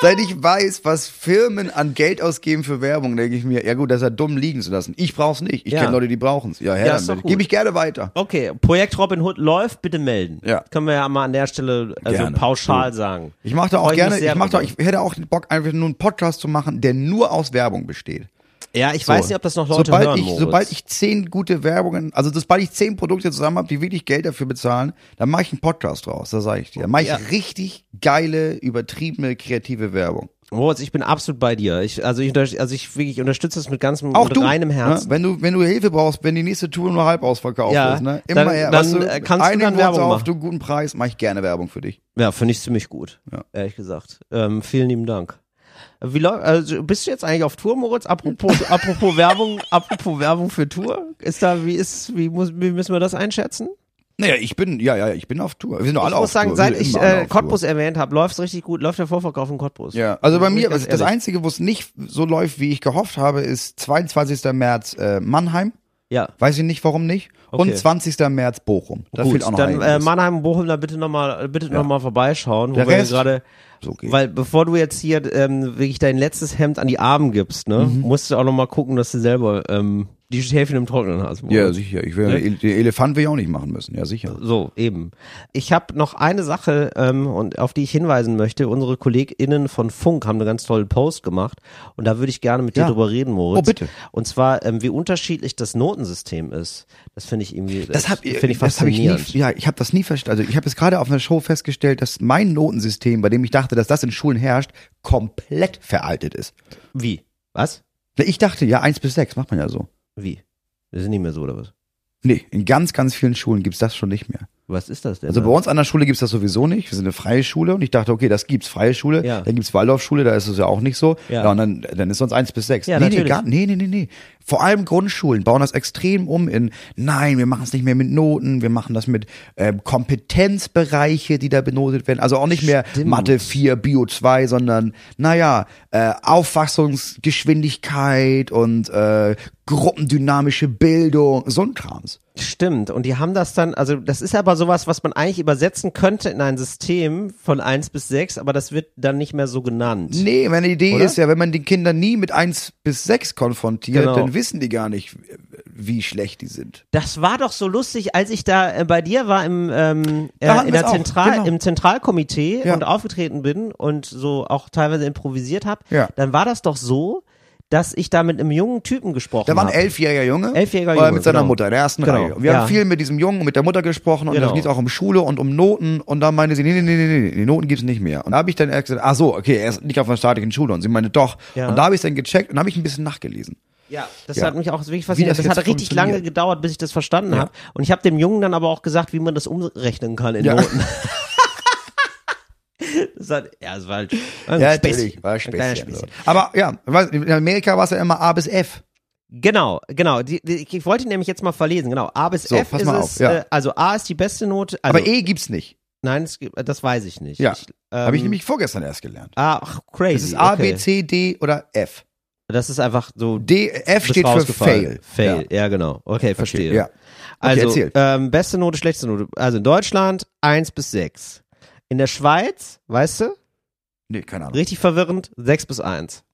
Speaker 2: Seit ich weiß, was Firmen an Geld ausgeben für Werbung, denke ich mir, ja gut, das ist ja dumm liegen zu lassen. Ich brauch's nicht. Ich
Speaker 1: Ja.
Speaker 2: kenne Leute, die brauchen's. Ja, her
Speaker 1: Ja, ist doch
Speaker 2: damit.
Speaker 1: gut.
Speaker 2: Gebe ich gerne weiter.
Speaker 1: Okay, Projekt Robin Hood läuft, bitte melden.
Speaker 2: Ja.
Speaker 1: Können wir ja mal an der Stelle also
Speaker 2: Gerne.
Speaker 1: pauschal sagen.
Speaker 2: Ich mache da
Speaker 1: Freu
Speaker 2: auch
Speaker 1: ich
Speaker 2: gerne,
Speaker 1: mich sehr
Speaker 2: ich mache da,
Speaker 1: drüber.
Speaker 2: ich hätte auch Bock, einfach nur einen Podcast zu machen, der nur aus Werbung besteht.
Speaker 1: Ja, ich weiß nicht, ob das noch Leute
Speaker 2: sobald
Speaker 1: hören,
Speaker 2: ich,
Speaker 1: Moritz.
Speaker 2: Sobald ich zehn gute Werbungen, also sobald ich zehn Produkte zusammen habe, die wirklich Geld dafür bezahlen, dann mache ich einen Podcast draus, da sage ich dir. Dann mache ich
Speaker 1: Ja.
Speaker 2: richtig geile, übertriebene, kreative Werbung.
Speaker 1: Moritz, ich bin absolut bei dir. Ich, also ich, unter- also ich wirklich unterstütze das mit ganzem
Speaker 2: Auch
Speaker 1: mit
Speaker 2: du,
Speaker 1: reinem Herzen.
Speaker 2: Ne? Wenn du, wenn du Hilfe brauchst, wenn die nächste Tour nur halb ausverkauft
Speaker 1: Ja,
Speaker 2: ist, ne?
Speaker 1: dann-
Speaker 2: Immer eher,
Speaker 1: dann,
Speaker 2: weißt
Speaker 1: äh,
Speaker 2: du,
Speaker 1: kannst du dann
Speaker 2: einigen wir uns
Speaker 1: Werbung
Speaker 2: auf
Speaker 1: machen.
Speaker 2: du guten Preis, mache ich gerne Werbung für dich.
Speaker 1: Ja, finde ich ziemlich gut.
Speaker 2: Ja.
Speaker 1: Ehrlich gesagt. Ähm, vielen lieben Dank. Wie läu- also bist du jetzt eigentlich auf Tour, Moritz?
Speaker 2: <laughs>
Speaker 1: Apropos, apropos Werbung, apropos Werbung für Tour? Ist da, wie ist, wie, muss, wie müssen wir das einschätzen?
Speaker 2: Naja, ich bin, ja, ja, ja, ich bin auf Tour. Wir sind doch alle
Speaker 1: ich
Speaker 2: auf
Speaker 1: muss sagen,
Speaker 2: Tour. Wir
Speaker 1: seit
Speaker 2: sind
Speaker 1: ich
Speaker 2: immer alle
Speaker 1: äh,
Speaker 2: auf Tour.
Speaker 1: Cottbus erwähnt habe, läuft es richtig gut, läuft der Vorverkauf in Cottbus.
Speaker 2: Ja, also bei
Speaker 1: Bin ich
Speaker 2: mir,
Speaker 1: ganz
Speaker 2: das
Speaker 1: ehrlich.
Speaker 2: Einzige, wo es nicht so läuft, wie ich gehofft habe, ist 22. März äh, Mannheim.
Speaker 1: Ja.
Speaker 2: Weiß ich nicht, warum nicht.
Speaker 1: Okay.
Speaker 2: Und 20. März Bochum. Da
Speaker 1: Gut,
Speaker 2: fehlt auch noch
Speaker 1: dann äh,
Speaker 2: einiges.
Speaker 1: Mannheim und Bochum, da bitte nochmal bitte noch mal vorbeischauen, wo
Speaker 2: Der
Speaker 1: wir
Speaker 2: Rest-
Speaker 1: gerade,
Speaker 2: so geht.
Speaker 1: weil bevor du jetzt hier ähm, wirklich dein letztes Hemd an die Armen gibst, ne,
Speaker 2: Mhm.
Speaker 1: musst du auch nochmal gucken, dass du selber ähm, die Schäfchen im Trocknen hast. Moritz.
Speaker 2: ja, sicher. Ich will, Den Elefant will ich auch nicht machen müssen. Ja, sicher.
Speaker 1: So, eben. Ich habe noch eine Sache, ähm, und auf die ich hinweisen möchte. Unsere KollegInnen von Funk haben einen ganz tollen Post gemacht und da würde ich gerne mit
Speaker 2: Ja.
Speaker 1: dir drüber reden, Moritz.
Speaker 2: Oh, bitte.
Speaker 1: Und zwar, ähm, wie unterschiedlich das Notensystem ist. Das finde ich irgendwie,
Speaker 2: Das habe
Speaker 1: finde ich
Speaker 2: das hab ich nie,
Speaker 1: faszinierend.
Speaker 2: ja, ich habe das nie verstanden. Also ich habe es gerade auf einer Show festgestellt, dass mein Notensystem, bei dem ich dachte, dass das in Schulen herrscht, komplett veraltet ist.
Speaker 1: wie? Was?
Speaker 2: Ich dachte, ja, eins bis sechs macht man ja so.
Speaker 1: Wie? Das ist nicht mehr so, oder was?
Speaker 2: Nee, in ganz, ganz vielen Schulen gibt's das schon nicht mehr.
Speaker 1: Was ist das denn?
Speaker 2: Also bei
Speaker 1: dann?
Speaker 2: uns an der Schule gibt's das sowieso nicht. Wir sind eine freie Schule und ich dachte, okay, das gibt's freie Schule.
Speaker 1: Ja.
Speaker 2: Dann gibt's Waldorfschule, da ist es ja auch nicht so.
Speaker 1: Ja.
Speaker 2: Ja. und dann, dann ist sonst eins bis sechs.
Speaker 1: Ja,
Speaker 2: nee, nee,
Speaker 1: natürlich.
Speaker 2: gar, nee, nee, nee, nee. Vor allem Grundschulen bauen das extrem um in, nein, wir machen es nicht mehr mit Noten, wir machen das mit ähm, Kompetenzbereiche, die da benotet werden. Also auch nicht mehr
Speaker 1: Stimmt.
Speaker 2: Mathe 4, Bio 2, sondern, naja, äh, Auffassungsgeschwindigkeit und äh, gruppendynamische Bildung, so ein Krams.
Speaker 1: Stimmt. Und die haben das dann, also das ist aber sowas, was man eigentlich übersetzen könnte in ein System von 1 bis 6, aber das wird dann nicht mehr so genannt.
Speaker 2: Nee, meine Idee
Speaker 1: Oder?
Speaker 2: ist ja, wenn man die Kinder nie mit 1 bis 6 konfrontiert,
Speaker 1: Genau.
Speaker 2: dann dann wissen die gar nicht, wie schlecht die sind.
Speaker 1: Das war doch so lustig, als ich da äh, bei dir war im, ähm,
Speaker 2: Da
Speaker 1: äh,
Speaker 2: hatten
Speaker 1: in
Speaker 2: wir's
Speaker 1: der
Speaker 2: auch,
Speaker 1: Zentral,
Speaker 2: genau.
Speaker 1: im Zentralkomitee
Speaker 2: Ja.
Speaker 1: und aufgetreten bin und so auch teilweise improvisiert habe,
Speaker 2: Ja.
Speaker 1: dann war das doch so, dass ich da mit einem jungen Typen gesprochen
Speaker 2: Da war ein
Speaker 1: habe.
Speaker 2: elfjähriger Junge.
Speaker 1: Elfjähriger
Speaker 2: äh,
Speaker 1: Junge,
Speaker 2: Mit seiner
Speaker 1: genau.
Speaker 2: Mutter, in der ersten
Speaker 1: Genau,
Speaker 2: Reihe. Und wir
Speaker 1: ja.
Speaker 2: haben viel mit diesem Jungen und mit der Mutter gesprochen und
Speaker 1: Genau.
Speaker 2: da ging es auch um Schule und um Noten. Und dann meinte sie, nee, nee, nee, nee, nee, die Noten gibt's nicht mehr. Und da habe ich dann erst gesagt, ach so, okay, er ist nicht auf einer staatlichen Schule. Und sie meinte, doch.
Speaker 1: Ja.
Speaker 2: Und da habe ich dann gecheckt und habe ich ein bisschen nachgelesen.
Speaker 1: Ja, das
Speaker 2: Ja.
Speaker 1: hat mich auch wirklich
Speaker 2: das
Speaker 1: fasziniert. Das,
Speaker 2: jetzt
Speaker 1: hat richtig lange
Speaker 2: funktioniert.
Speaker 1: gedauert, bis ich das verstanden
Speaker 2: Ja.
Speaker 1: habe. Und ich habe dem Jungen dann aber auch gesagt, wie man das umrechnen kann in
Speaker 2: Ja.
Speaker 1: Noten.
Speaker 2: <laughs>
Speaker 1: <laughs> das hat, ja, es war halt ein
Speaker 2: Ja,
Speaker 1: Späßchen.
Speaker 2: natürlich. War ein
Speaker 1: kleiner
Speaker 2: Späßchen.
Speaker 1: Späßchen.
Speaker 2: Aber ja, weiß- in Amerika war es ja immer A bis F.
Speaker 1: Genau, genau. Die, die, ich wollte ihn nämlich jetzt mal verlesen. Genau. A bis
Speaker 2: So,
Speaker 1: F
Speaker 2: pass
Speaker 1: ist
Speaker 2: mal
Speaker 1: es.
Speaker 2: auf, ja.
Speaker 1: Äh, also A ist die beste Note. Also,
Speaker 2: Aber E gibt's nicht.
Speaker 1: Nein, es, gibt- das weiß ich nicht.
Speaker 2: Ja.
Speaker 1: Ich,
Speaker 2: Habe ich
Speaker 1: ähm,
Speaker 2: nämlich vorgestern erst gelernt.
Speaker 1: Ah, ach, crazy.
Speaker 2: Es ist A,
Speaker 1: okay.
Speaker 2: B, C, D oder F.
Speaker 1: Das ist einfach so.
Speaker 2: D, F
Speaker 1: bist
Speaker 2: steht für
Speaker 1: rausgefallen.
Speaker 2: Fail.
Speaker 1: Fail, ja, genau. Okay, verstehe.
Speaker 2: Ja.
Speaker 1: Also,
Speaker 2: erzähl.
Speaker 1: ähm, beste Note, schlechteste Note. Also in Deutschland 1 bis 6. In der Schweiz, weißt du,
Speaker 2: Nee, keine Ahnung.
Speaker 1: richtig verwirrend, 6 bis 1.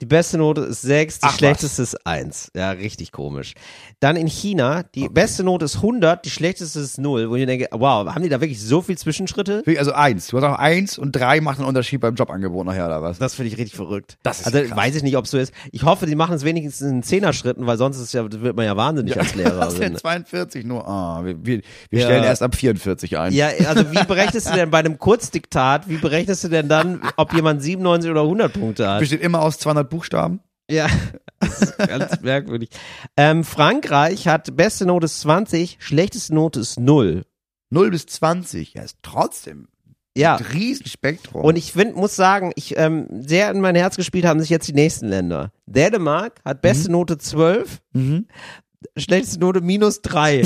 Speaker 1: Die beste Note ist 6, die
Speaker 2: Ach, was.
Speaker 1: schlechteste ist 1. Ja, richtig komisch. Dann in China, die beste Note ist 100, die schlechteste ist 0. Wo ich mir denke, wow, haben die da wirklich so viel Zwischenschritte?
Speaker 2: Wirklich, Also eins. Du hast auch eins und drei macht einen Unterschied beim Jobangebot nachher
Speaker 1: <laughs>
Speaker 2: oder was?
Speaker 1: Das finde ich richtig verrückt.
Speaker 2: Das ist
Speaker 1: also
Speaker 2: krass.
Speaker 1: weiß ich nicht, ob es so ist. Ich hoffe, die machen es wenigstens in Zehner-Schritten, weil sonst ist ja, wird man ja wahnsinnig als Lehrer.
Speaker 2: <laughs> Das sind 42 nur. Ah, wir wir, wir
Speaker 1: Ja.
Speaker 2: stellen erst ab 44 ein.
Speaker 1: Ja, also wie berechnest du denn bei einem Kurzdiktat, wie berechnest du denn dann, ob jemand 97 oder 100 Punkte hat?
Speaker 2: Besteht immer aus 200 Buchstaben.
Speaker 1: Ja, <laughs> das ist ganz merkwürdig. Ähm, Frankreich hat beste Note ist 20, schlechteste Note ist 0.
Speaker 2: 0 bis 20. Ja, ist trotzdem
Speaker 1: Ja,
Speaker 2: ein Riesenspektrum.
Speaker 1: und ich find, muss sagen, ich ähm, sehr in mein Herz gespielt haben sich jetzt die nächsten Länder. Dänemark hat beste Note 12,
Speaker 2: mhm.
Speaker 1: schlechteste Note minus
Speaker 2: <laughs>
Speaker 1: 3.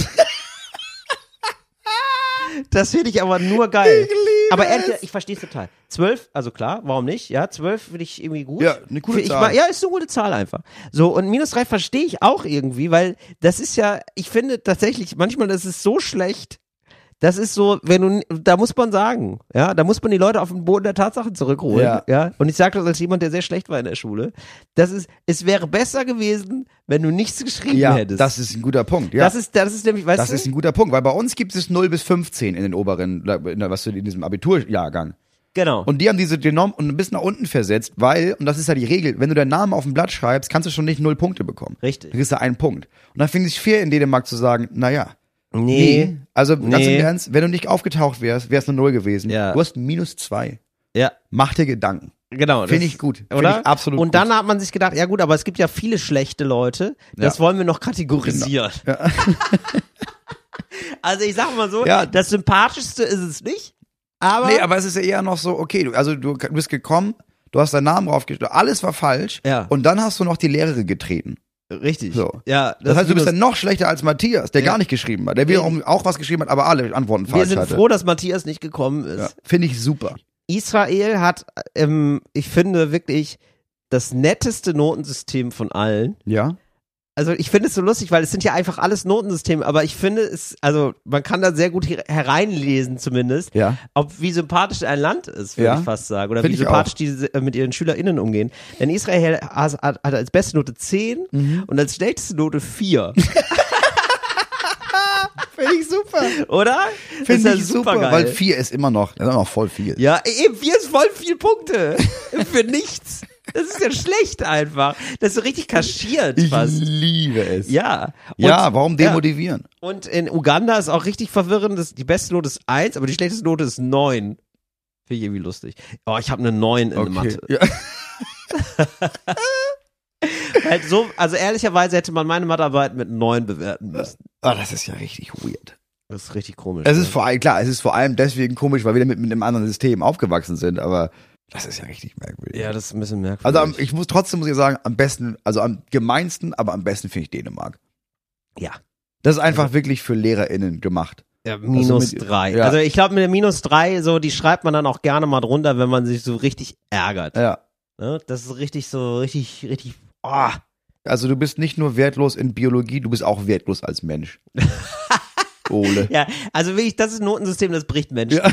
Speaker 1: Das finde ich aber nur geil.
Speaker 2: Ich liebe
Speaker 1: aber ehrlich,
Speaker 2: es.
Speaker 1: ich verstehe es total. Zwölf, also klar, warum nicht? Ja, zwölf finde ich irgendwie gut.
Speaker 2: Ja, eine coole
Speaker 1: Find ich
Speaker 2: Zahl.
Speaker 1: mal- ja, ist eine gute Zahl einfach. So, und minus drei verstehe ich auch irgendwie, weil das ist ja, ich finde tatsächlich, manchmal ist es so schlecht. Das ist so, wenn du, da muss man sagen, ja, da muss man die Leute auf den Boden der Tatsachen zurückholen, ja.
Speaker 2: Ja.
Speaker 1: Und ich sage das als jemand, der sehr schlecht war in der Schule. Das ist, es wäre besser gewesen, wenn du nichts geschrieben
Speaker 2: ja,
Speaker 1: hättest.
Speaker 2: das ist ein guter Punkt. Ja.
Speaker 1: Das ist, das ist nämlich, weißt
Speaker 2: Das
Speaker 1: du?
Speaker 2: ist ein guter Punkt, weil bei uns gibt es 0 bis 15 in den oberen, in der- was du in diesem Abiturjahrgang.
Speaker 1: genau.
Speaker 2: Und die haben diese genommen und ein bisschen nach unten versetzt, weil, und das ist ja die Regel, wenn du deinen Namen auf dem Blatt schreibst, kannst du schon nicht null Punkte bekommen.
Speaker 1: Richtig.
Speaker 2: Dann kriegst du einen Punkt. Und dann finde ich fair in Dänemark zu sagen, naja.
Speaker 1: nee.
Speaker 2: Also ganz
Speaker 1: Nee.
Speaker 2: im Ernst, wenn du nicht aufgetaucht wärst, wärst du null gewesen.
Speaker 1: Ja.
Speaker 2: Du hast minus zwei.
Speaker 1: Ja,
Speaker 2: Mach dir Gedanken.
Speaker 1: Genau.
Speaker 2: Finde
Speaker 1: das-
Speaker 2: ich gut. Finde
Speaker 1: Oder?
Speaker 2: ich absolut
Speaker 1: Und dann
Speaker 2: gut.
Speaker 1: hat man sich gedacht, ja gut, aber es gibt ja viele schlechte Leute. Das
Speaker 2: Ja. Genau.
Speaker 1: wollen wir noch kategorisieren. <laughs> also ich sag mal so,
Speaker 2: Ja.
Speaker 1: das Sympathischste ist es nicht, aber,
Speaker 2: Nee, aber es ist ja eher noch so, okay, du, also du du bist gekommen, du hast deinen Namen draufgeschrieben, alles war falsch.
Speaker 1: Ja.
Speaker 2: Und dann hast du noch die Lehrerin getreten.
Speaker 1: richtig.
Speaker 2: So.
Speaker 1: Ja,
Speaker 2: Das, heißt, du bist
Speaker 1: ist
Speaker 2: dann noch schlechter als Matthias, der
Speaker 1: Ja.
Speaker 2: gar nicht geschrieben hat, der wiederum auch was geschrieben hat, aber alle Antworten
Speaker 1: wir
Speaker 2: falsch
Speaker 1: sind
Speaker 2: hatte.
Speaker 1: froh, dass Matthias nicht gekommen ist.
Speaker 2: Ja. Finde ich super.
Speaker 1: Israel hat, ähm, ich finde wirklich das netteste Notensystem von allen.
Speaker 2: Ja.
Speaker 1: also ich finde es so lustig, weil es sind ja einfach alles Notensysteme, aber ich finde es, also man kann da sehr gut hier hereinlesen zumindest,
Speaker 2: Ja.
Speaker 1: ob wie sympathisch ein Land ist, würde
Speaker 2: Ja.
Speaker 1: ich fast sagen, oder
Speaker 2: Finde
Speaker 1: wie
Speaker 2: ich
Speaker 1: sympathisch
Speaker 2: auch.
Speaker 1: die äh, mit ihren SchülerInnen umgehen. Denn Israel has- hat, hat als beste Note 10
Speaker 2: Mhm.
Speaker 1: und als schlechteste Note
Speaker 2: <laughs>
Speaker 1: 4,
Speaker 2: Finde ich super.
Speaker 1: oder? Ist
Speaker 2: Finde
Speaker 1: ja
Speaker 2: ich super,
Speaker 1: supergeil.
Speaker 2: weil vier ist immer noch, das ist immer noch voll viel.
Speaker 1: Ja, eben, hier ist voll viel Punkte. <laughs> Für nichts. Das ist ja schlecht einfach. Das ist so richtig kaschiert
Speaker 2: ich
Speaker 1: fast.
Speaker 2: liebe es.
Speaker 1: Ja. Und-
Speaker 2: ja, warum
Speaker 1: Ja.
Speaker 2: demotivieren?
Speaker 1: Und in Uganda ist auch richtig verwirrend, dass die beste Note ist 1, aber die schlechteste Note ist 9. Finde ich irgendwie lustig. Oh, ich habe eine 9 in der Mathe.
Speaker 2: Ja. <laughs>
Speaker 1: Halt so, also ehrlicherweise hätte man meine Mathearbeit mit 9 bewerten müssen.
Speaker 2: Ah, das ist ja richtig weird.
Speaker 1: Das ist richtig komisch.
Speaker 2: Es ist
Speaker 1: ne?
Speaker 2: vor allem, klar, es ist vor allem deswegen komisch, weil wir mit, mit einem anderen System aufgewachsen sind, aber das ist ja richtig merkwürdig.
Speaker 1: ja, das ist ein bisschen merkwürdig.
Speaker 2: also am, ich muss trotzdem muss ich sagen, am besten, also am gemeinsten, aber am besten finde ich Dänemark.
Speaker 1: ja.
Speaker 2: Das ist einfach wirklich für LehrerInnen gemacht.
Speaker 1: Ja, minus
Speaker 2: mit-
Speaker 1: 3.
Speaker 2: ja.
Speaker 1: Also ich glaube, mit der minus 3, so, die schreibt man dann auch gerne mal drunter, wenn man sich so richtig ärgert.
Speaker 2: Ja.
Speaker 1: Ne? Das ist richtig so, richtig, richtig, oh,
Speaker 2: Also du bist nicht nur wertlos in Biologie, du bist auch wertlos
Speaker 1: <laughs>
Speaker 2: als Mensch. Ole.
Speaker 1: Ja, also wirklich, das ist ein Notensystem, das bricht Menschen. <laughs>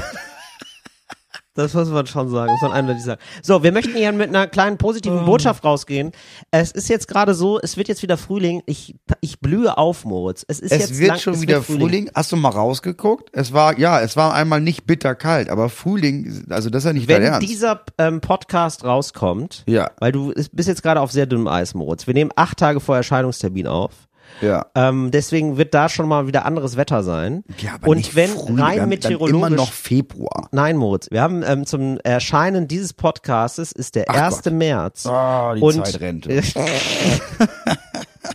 Speaker 1: Das muss man schon sagen, muss man eindeutig sagen. So, wir möchten hier mit einer kleinen positiven
Speaker 2: Oh.
Speaker 1: Botschaft rausgehen. Es ist jetzt gerade so, es wird jetzt wieder Frühling. Ich, ich blühe auf, Moritz. Es ist jetzt
Speaker 2: Es wird
Speaker 1: lang-
Speaker 2: schon
Speaker 1: es wird
Speaker 2: wieder Frühling. Hast du mal rausgeguckt? Es war, ja, es war einmal nicht bitterkalt, aber Frühling, also das ist ja nicht
Speaker 1: Wenn
Speaker 2: dein Ernst.
Speaker 1: dieser ähm, Podcast rauskommt,
Speaker 2: Ja.
Speaker 1: weil du ist- bist jetzt gerade auf sehr dünnem Eis, Moritz. Wir nehmen acht Tage vor Erscheinungstermin auf.
Speaker 2: ja.
Speaker 1: Ähm, deswegen wird da schon mal wieder anderes Wetter sein.
Speaker 2: ja aber
Speaker 1: Und
Speaker 2: nicht
Speaker 1: wenn
Speaker 2: Frühling,
Speaker 1: rein
Speaker 2: wir haben dann immer
Speaker 1: meteorologisch
Speaker 2: noch Februar.
Speaker 1: Nein, Moritz. Wir haben ähm, zum Erscheinen dieses Podcastes ist der
Speaker 2: Ach
Speaker 1: 1. März.
Speaker 2: Ah, die
Speaker 1: und,
Speaker 2: Zeit <laughs> rennt.
Speaker 1: <laughs>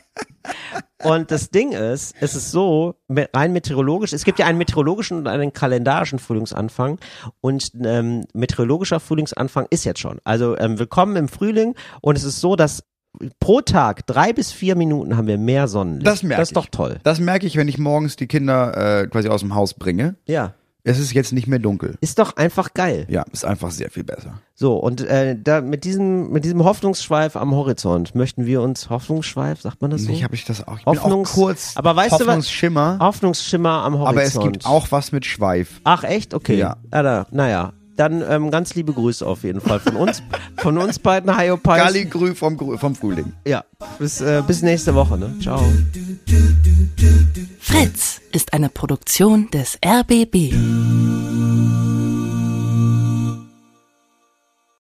Speaker 1: und das Ding ist, es ist so, me- rein meteorologisch, es gibt ja einen meteorologischen und einen kalendarischen Frühlingsanfang. Und ähm, meteorologischer Frühlingsanfang ist jetzt schon. Also ähm, willkommen im Frühling. Und es ist so, dass pro Tag drei bis vier Minuten haben wir mehr Sonnenlicht.
Speaker 2: Das merke
Speaker 1: Das ist
Speaker 2: ich.
Speaker 1: doch toll.
Speaker 2: Das merke ich, wenn ich morgens die Kinder äh, quasi aus dem Haus bringe.
Speaker 1: Ja.
Speaker 2: Es ist jetzt nicht mehr dunkel.
Speaker 1: Ist doch einfach geil.
Speaker 2: Ja, ist einfach sehr viel besser.
Speaker 1: So, und äh, da mit diesem, mit diesem Hoffnungsschweif am Horizont möchten wir uns Hoffnungsschweif, sagt man das so?
Speaker 2: Ich habe ich das auch. Ich bin
Speaker 1: Hm. Hoffnungs-
Speaker 2: auch kurz
Speaker 1: aber weißt du was-
Speaker 2: Hoffnungsschimmer,
Speaker 1: Hoffnungsschimmer am Horizont.
Speaker 2: aber es gibt auch was mit Schweif.
Speaker 1: Ach echt? Okay.
Speaker 2: Ja.
Speaker 1: Ah, da, naja. Dann ähm, ganz liebe Grüße auf jeden Fall von uns. von uns beiden Hyopies.
Speaker 2: Galligrü vom, Gru- vom Frühling.
Speaker 1: Ja. Bis, äh, bis nächste Woche, ne? Ciao.
Speaker 3: Fritz ist eine Produktion des RBB.